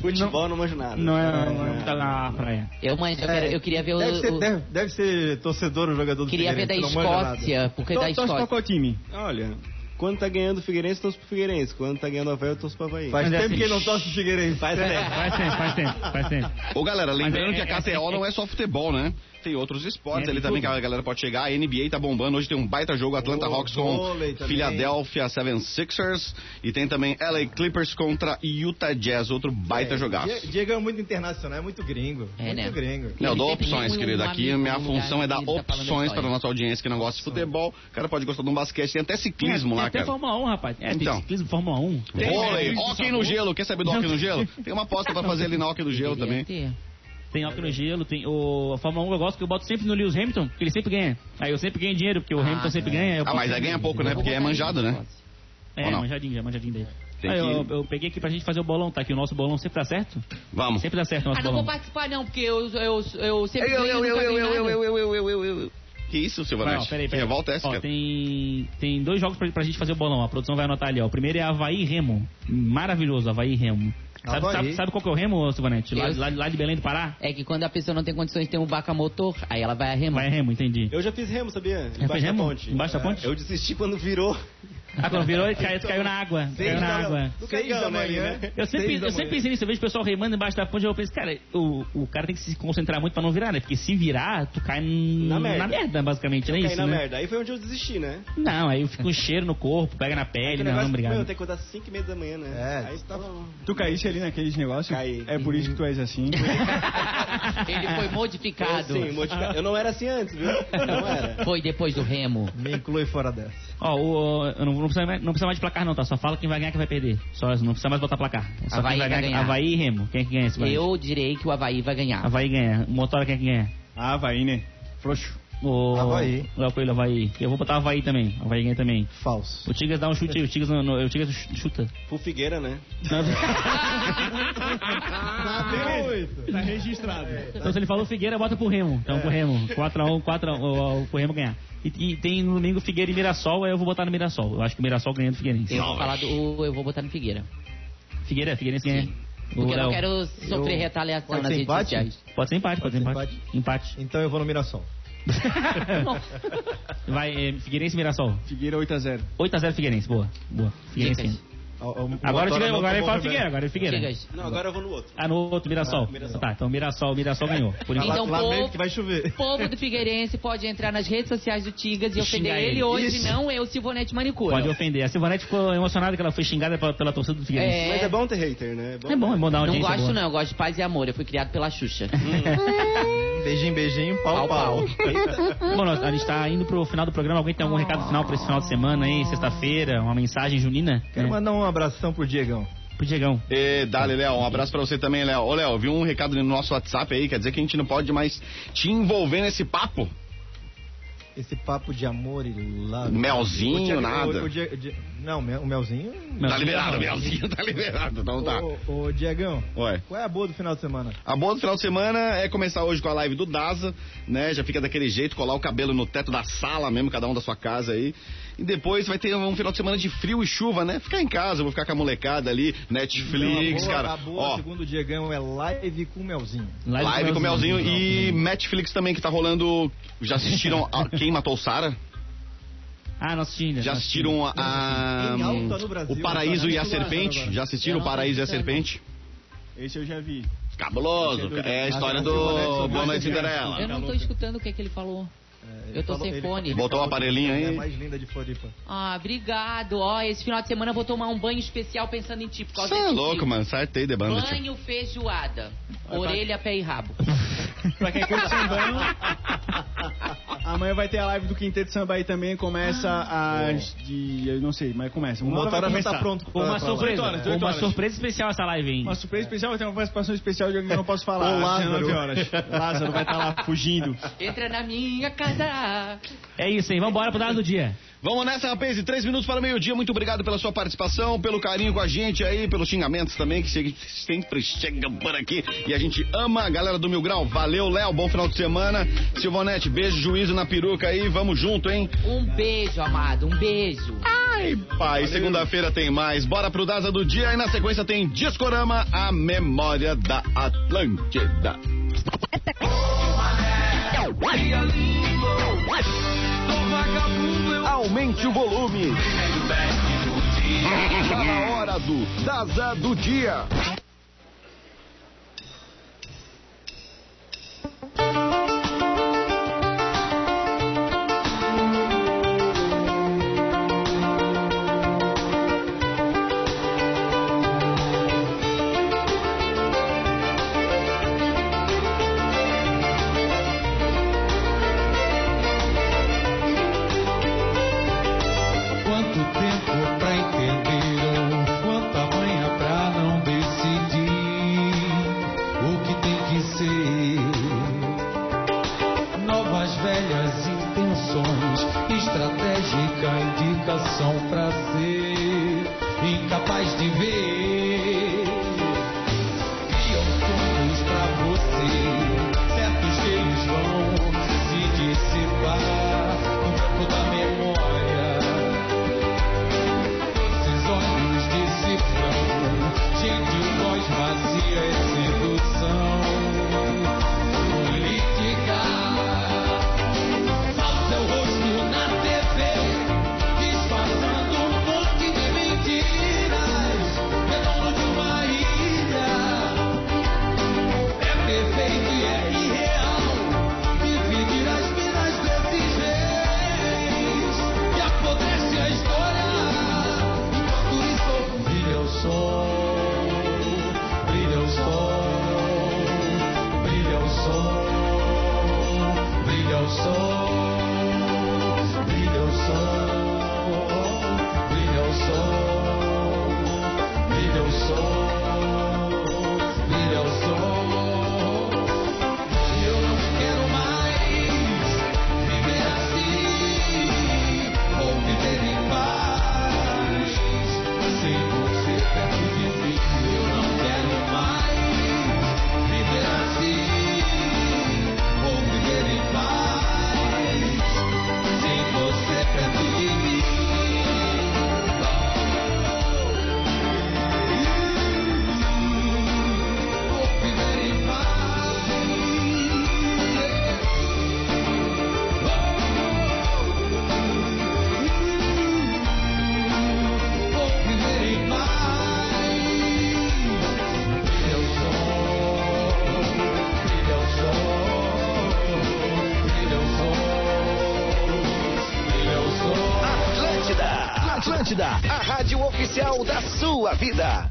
Speaker 7: Futebol não manjo nada.
Speaker 4: Não é, não é, tá na praia.
Speaker 2: Eu, mãe, eu, quero- eu queria ver o.
Speaker 5: É, Deve ser,
Speaker 2: o-
Speaker 5: deve, deve ser torcedor ou jogador do
Speaker 2: queria ver da
Speaker 5: Figueirense, não manja nada.
Speaker 2: Escócia, porque da
Speaker 3: Então, torce pra
Speaker 2: Escócia.
Speaker 3: qual time?
Speaker 7: Olha, quando tá ganhando o Figueirense, torço pro Figueirense. Quando tá ganhando o Havaí, eu torço pro Havaí.
Speaker 5: Faz
Speaker 4: Mas é
Speaker 5: tempo
Speaker 4: assim.
Speaker 5: que ele não torce o Figueirense. Faz
Speaker 1: É.
Speaker 4: Faz tempo, faz tempo, faz tempo.
Speaker 1: Ô galera, lembrando
Speaker 4: Mas
Speaker 1: que
Speaker 4: é-
Speaker 1: a KTO não é só futebol, né? Tem outros esportes
Speaker 4: É,
Speaker 1: ali
Speaker 4: tem
Speaker 1: também que
Speaker 4: tudo.
Speaker 1: a galera pode chegar. A NBA tá bombando. Hoje tem um baita jogo Atlanta
Speaker 5: Oh,
Speaker 1: Hawks com
Speaker 5: vôlei também.
Speaker 1: Philadelphia 76ers. E tem também LA Clippers contra Utah Jazz. Outro baita jogaço.
Speaker 5: Diego é muito internacional, é muito gringo.
Speaker 2: É,
Speaker 5: muito
Speaker 2: né?
Speaker 5: gringo.
Speaker 1: Não, eu dou
Speaker 2: Sempre tem
Speaker 1: opções,
Speaker 2: um
Speaker 1: querido. Aqui
Speaker 2: amigo
Speaker 1: minha
Speaker 2: no
Speaker 1: função
Speaker 2: lugar
Speaker 1: é dar
Speaker 2: que tá falando
Speaker 1: opções
Speaker 2: história.
Speaker 1: para nossa audiência que não gosta de futebol. O cara pode gostar de um basquete, tem até ciclismo
Speaker 4: Tem
Speaker 1: lá,
Speaker 4: até
Speaker 1: cara.
Speaker 4: Fórmula 1, rapaz. É,
Speaker 1: Então.
Speaker 4: tem ciclismo, Fórmula 1.
Speaker 1: Vôlei, hockey no gelo. Quer saber do hockey no gelo? Tem uma aposta pra fazer ali na hockey no gelo também.
Speaker 2: Ter.
Speaker 4: Tem Alp no gelo, tem o a Fórmula 1 eu gosto que eu boto sempre no Lewis Hamilton, porque ele sempre ganha. Aí eu sempre ganho dinheiro, porque o
Speaker 2: Ah,
Speaker 4: Hamilton sempre ganha. eu
Speaker 1: Ah,
Speaker 4: boto
Speaker 1: mas aí
Speaker 4: sempre.
Speaker 1: ganha pouco, né? Porque é manjado, né?
Speaker 4: É,
Speaker 1: Ou não?
Speaker 4: manjadinho, já, manjadinho dele.
Speaker 1: Tem
Speaker 4: Aí
Speaker 1: que-
Speaker 4: eu, eu peguei aqui pra gente fazer o bolão, tá? Que o nosso bolão sempre dá certo.
Speaker 1: Vamos.
Speaker 4: Sempre dá certo o nosso
Speaker 2: Ah, não
Speaker 4: bolão.
Speaker 2: vou participar não, porque eu, eu, eu sempre ganho, nunca ganho nada.
Speaker 1: Que isso,
Speaker 4: Vai, ó,
Speaker 1: Silvanete?
Speaker 4: peraí,
Speaker 1: Que
Speaker 4: peraí.
Speaker 1: revolta é essa,
Speaker 4: Ó,
Speaker 1: cara?
Speaker 4: tem, tem dois jogos pra, pra gente fazer o bolão. A produção vai anotar ali, ó. O primeiro é Havaí e Remo. Maravilhoso, Havaí e Remo. Sabe,
Speaker 5: Havaí.
Speaker 4: sabe, sabe qual que é o Remo, Silvanete? Lá,
Speaker 2: Eu-
Speaker 4: lá, lá de Belém do Pará?
Speaker 2: É que quando a pessoa não tem condições de ter um baca motor, aí ela vai a remo.
Speaker 4: Vai Remo, entendi.
Speaker 7: Eu já fiz remo, sabia?
Speaker 4: Já fez
Speaker 7: Embaixo da
Speaker 4: Remo?
Speaker 7: ponte. É.
Speaker 4: Embaixo da ponte?
Speaker 7: Eu desisti quando virou.
Speaker 4: Ah, quando virou, ele caiu, caiu na água. Caiu
Speaker 2: tá
Speaker 4: na água.
Speaker 7: Do
Speaker 5: Seis da
Speaker 7: Caigão, né,
Speaker 5: manhã.
Speaker 7: né?
Speaker 4: Eu sempre,
Speaker 5: Seis da
Speaker 4: eu sempre
Speaker 5: manhã.
Speaker 4: pensei nisso, eu vejo o pessoal remando embaixo da ponte, eu penso, cara, o, o cara tem que se concentrar muito pra não virar, né? Porque se virar, tu cai n-
Speaker 7: Na merda.
Speaker 4: basicamente,
Speaker 7: Eu
Speaker 4: não é
Speaker 7: caí
Speaker 4: isso,
Speaker 7: na
Speaker 4: né?
Speaker 7: merda. Aí foi onde eu desisti, né?
Speaker 4: Não, aí fica um cheiro no corpo, pega na pele,
Speaker 7: Aquele
Speaker 4: É, não, não,
Speaker 7: negócio, meu,
Speaker 4: obrigado.
Speaker 7: tem que acordar às 5 e meia da manhã, né?
Speaker 5: É.
Speaker 7: Aí tava...
Speaker 3: Tu caíste ali naqueles negócios?
Speaker 7: Caí.
Speaker 3: É por isso que tu és assim.
Speaker 2: Ele foi modificado.
Speaker 5: É
Speaker 7: Sim, modificado. Eu não era assim antes, viu? Não era.
Speaker 2: Foi depois do remo.
Speaker 5: Me inclui fora dessa.
Speaker 4: Ó, o- eu não, não, precisa, mais- não precisa mais de placar não, tá? Só fala quem vai ganhar, quem vai perder. Só isso, não precisa mais botar placar. É Só
Speaker 2: Havaí
Speaker 4: quem vai
Speaker 2: vai
Speaker 4: ganhar,
Speaker 2: ganhar.
Speaker 4: Havaí e Remo. Quem é que ganha esse
Speaker 2: Eu direi que o Havaí vai ganhar.
Speaker 4: Havaí ganha. Motora, quem é que ganha?
Speaker 3: Ah, vai, né? Frouxo.
Speaker 4: O...
Speaker 5: Havaí.
Speaker 4: Léo Coelho, Havaí. Eu vou botar Havaí também. Havaí ganha também.
Speaker 5: Falso.
Speaker 4: O Tigres dá um chute, o Tigres, não- não- o Tigres chuta.
Speaker 7: Pro Figueira, né?
Speaker 3: Tá registrado.
Speaker 4: Então se ele falou Figueira, bota pro Remo. Então pro Remo. 4x1, 4x1, o- o- pro Remo ganhar. E, e tem no domingo Figueira e Mirassol, aí eu vou botar no Mirassol. Eu acho que o Mirassol ganha do Figueirense.
Speaker 1: é.
Speaker 2: Eu vou falar do. Eu vou botar no Figueira.
Speaker 4: Figueira, Figueirense ganha. O
Speaker 2: Porque eu
Speaker 4: Léo.
Speaker 2: não quero sofrer
Speaker 5: Eu-
Speaker 2: retaliação
Speaker 5: Pode
Speaker 2: nas
Speaker 5: ser
Speaker 2: redes
Speaker 5: empate?
Speaker 2: sociais.
Speaker 4: Pode ser empate, pode, ser empate. Empate.
Speaker 5: Então eu vou no Mirassol.
Speaker 4: Vai, eh, Figueirense e Mirassol.
Speaker 3: Figueira 8x0.
Speaker 4: 8x0 Figueirense, boa. Boa. Figueirense
Speaker 2: Dicas.
Speaker 4: ganha.
Speaker 5: O- o- o
Speaker 4: Agora,
Speaker 5: Motora
Speaker 4: eu
Speaker 5: não
Speaker 4: digo- agora ele
Speaker 5: tomou
Speaker 4: fala
Speaker 5: remédio.
Speaker 4: Figueira, agora é Figueira.
Speaker 2: Digas.
Speaker 7: Não, agora eu vou no outro.
Speaker 4: Ah, no outro, Mirassol. Tá, então Mirassol, Mirassol ganhou. Por
Speaker 7: Tá
Speaker 4: enquanto.
Speaker 2: Então,
Speaker 5: Lamento
Speaker 2: povo,
Speaker 5: que vai chover.
Speaker 2: o povo do Figueirense pode entrar nas redes sociais do Tigas e
Speaker 4: E
Speaker 2: ofender
Speaker 4: xingar
Speaker 2: ele,
Speaker 4: ele.
Speaker 2: hoje,
Speaker 5: Isso.
Speaker 2: não eu, Silvonete Manicura.
Speaker 4: Pode ofender. A Silvanete ficou emocionada que ela foi xingada pela, pela torcida do Figueirense.
Speaker 7: Mas é bom ter hater, né?
Speaker 4: É, bom, é bom dar uma
Speaker 2: Não
Speaker 4: audiência
Speaker 2: gosto, né?
Speaker 4: boa.
Speaker 2: não. Eu gosto de paz e amor. Eu fui criado pela Xuxa.
Speaker 5: Beijinho, beijinho, pau, pau.
Speaker 4: Bom, nós- a gente tá indo pro final do programa. Alguém tem algum recado final pra esse final de semana aí, sexta-feira? Uma mensagem junina?
Speaker 5: Quero
Speaker 4: É,
Speaker 5: mandar um abração pro Diegão.
Speaker 4: Pro Diegão.
Speaker 1: E dale, Léo, um abraço pra você também, Léo. Ô, Léo, vi um recado no nosso WhatsApp aí, quer dizer que a gente não pode mais te envolver nesse papo.
Speaker 5: Esse papo de amor e love. O
Speaker 1: Melzinho,
Speaker 5: Diegão-
Speaker 1: nada.
Speaker 5: o- o Die- o Die- não, mel- o Melzinho.
Speaker 1: Tá liberado, Melzinho, tá liberado. Então tá.
Speaker 5: Ô, ô, Diegão,
Speaker 1: Oi.
Speaker 5: qual é a boa do final de semana?
Speaker 1: A boa do final de semana é começar hoje com a live do Daza, né? Já fica daquele jeito, colar o cabelo no teto da sala mesmo, cada um da sua casa aí. E depois vai ter um final de semana de frio e chuva, né? Ficar em casa, eu vou ficar com a molecada ali, Netflix,
Speaker 5: Não, a boa,
Speaker 1: cara.
Speaker 5: A boa,
Speaker 1: Ó,
Speaker 5: segundo o Diegão, é live com o Melzinho.
Speaker 4: Live,
Speaker 1: live com o Melzinho e Netflix também que tá rolando. Já assistiram a- Quem Matou Sara?
Speaker 4: Ah, nosso Tinder.
Speaker 1: Já tá assistiram a, a-
Speaker 5: Em alta no Brasil,
Speaker 1: O Paraíso e a
Speaker 5: tá na
Speaker 1: Serpente?
Speaker 5: agora.
Speaker 1: Já assistiram o Paraíso e a Serpente?
Speaker 3: Esse eu já vi.
Speaker 1: Cabuloso, é a história do Boa Noite Cinderela.
Speaker 2: Eu não tô escutando o que, é que ele falou. Eu tô sem fone.
Speaker 1: Botou o aparelhinho
Speaker 5: É a
Speaker 1: aí.
Speaker 5: mais linda de Floripa.
Speaker 2: Ah, obrigado. Ó, esse final de semana eu vou tomar um banho especial pensando em ti. Por causa
Speaker 1: Você é
Speaker 2: de ti.
Speaker 1: louco, mano. Sartei de banda, tio.
Speaker 2: Banho, feijoada. Orelha, pé e rabo.
Speaker 3: Pra quem curte sambão, amanhã vai ter a live do Quinteto Samba aí também. Começa às de. Eu não sei, mas começa.
Speaker 5: O
Speaker 3: Ah. Uma hora
Speaker 5: Motora
Speaker 3: vai
Speaker 5: não tá
Speaker 3: começar.
Speaker 5: pronto
Speaker 7: um-
Speaker 5: pra-
Speaker 4: Uma
Speaker 5: pra-
Speaker 4: surpresa.
Speaker 3: horas, oito
Speaker 4: uma
Speaker 3: horas.
Speaker 4: surpresa especial essa live, hein?
Speaker 3: Uma surpresa especial, tem uma participação especial de alguém que eu não posso falar.
Speaker 5: Ô,
Speaker 3: às
Speaker 5: Lázaro.
Speaker 3: 19 horas. Lázaro vai estar lá fugindo.
Speaker 2: Entra na minha casa.
Speaker 4: É isso, hein? Vambora pro dado do dia.
Speaker 1: Vamos nessa, rapaz. E Três minutos para o meio-dia. Muito obrigado pela sua participação, pelo carinho com a gente aí, pelos xingamentos também, que se- sempre chegam por aqui. E a gente ama a galera do Mil Grau. Valeu, Léo. Bom final de semana. Silvonete, beijo, juízo na peruca aí. Vamos junto, hein?
Speaker 2: Um beijo, amado. Um beijo.
Speaker 1: Ai, pai. Segunda-feira tem mais. Bora pro Daza do Dia. E na sequência tem Discorama, a memória da Atlântida. Aumente o volume. Tá na hora do Daza do Dia.
Speaker 9: Quanto tempo pra entender ou quanta manhã pra não decidir o que tem que ser. Novas velhas intenções, estratégica indicação pra ser incapaz de ver. Criam sonhos pra você, certos cheios vão se dissipar no campo da memória. Esses olhos de cifrão, gente, voz vazia é sedução. Política, falta o rosto na TV, disfarçando um monte de mentiras. É
Speaker 7: Atlântida, a rádio oficial da sua vida.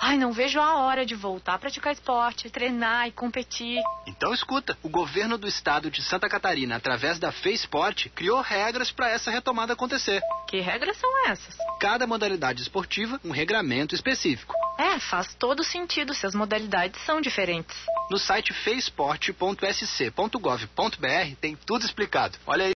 Speaker 10: Ai, não vejo a hora de voltar a praticar esporte, treinar e competir.
Speaker 11: Então escuta, o governo do estado de Santa Catarina, através da FESPORT, criou regras para essa retomada acontecer.
Speaker 10: Que regras são essas?
Speaker 11: Cada modalidade esportiva, um regramento específico.
Speaker 10: É, faz todo sentido se as modalidades são diferentes.
Speaker 11: No site feisport.sc.gov.br tem tudo explicado. Olha aí.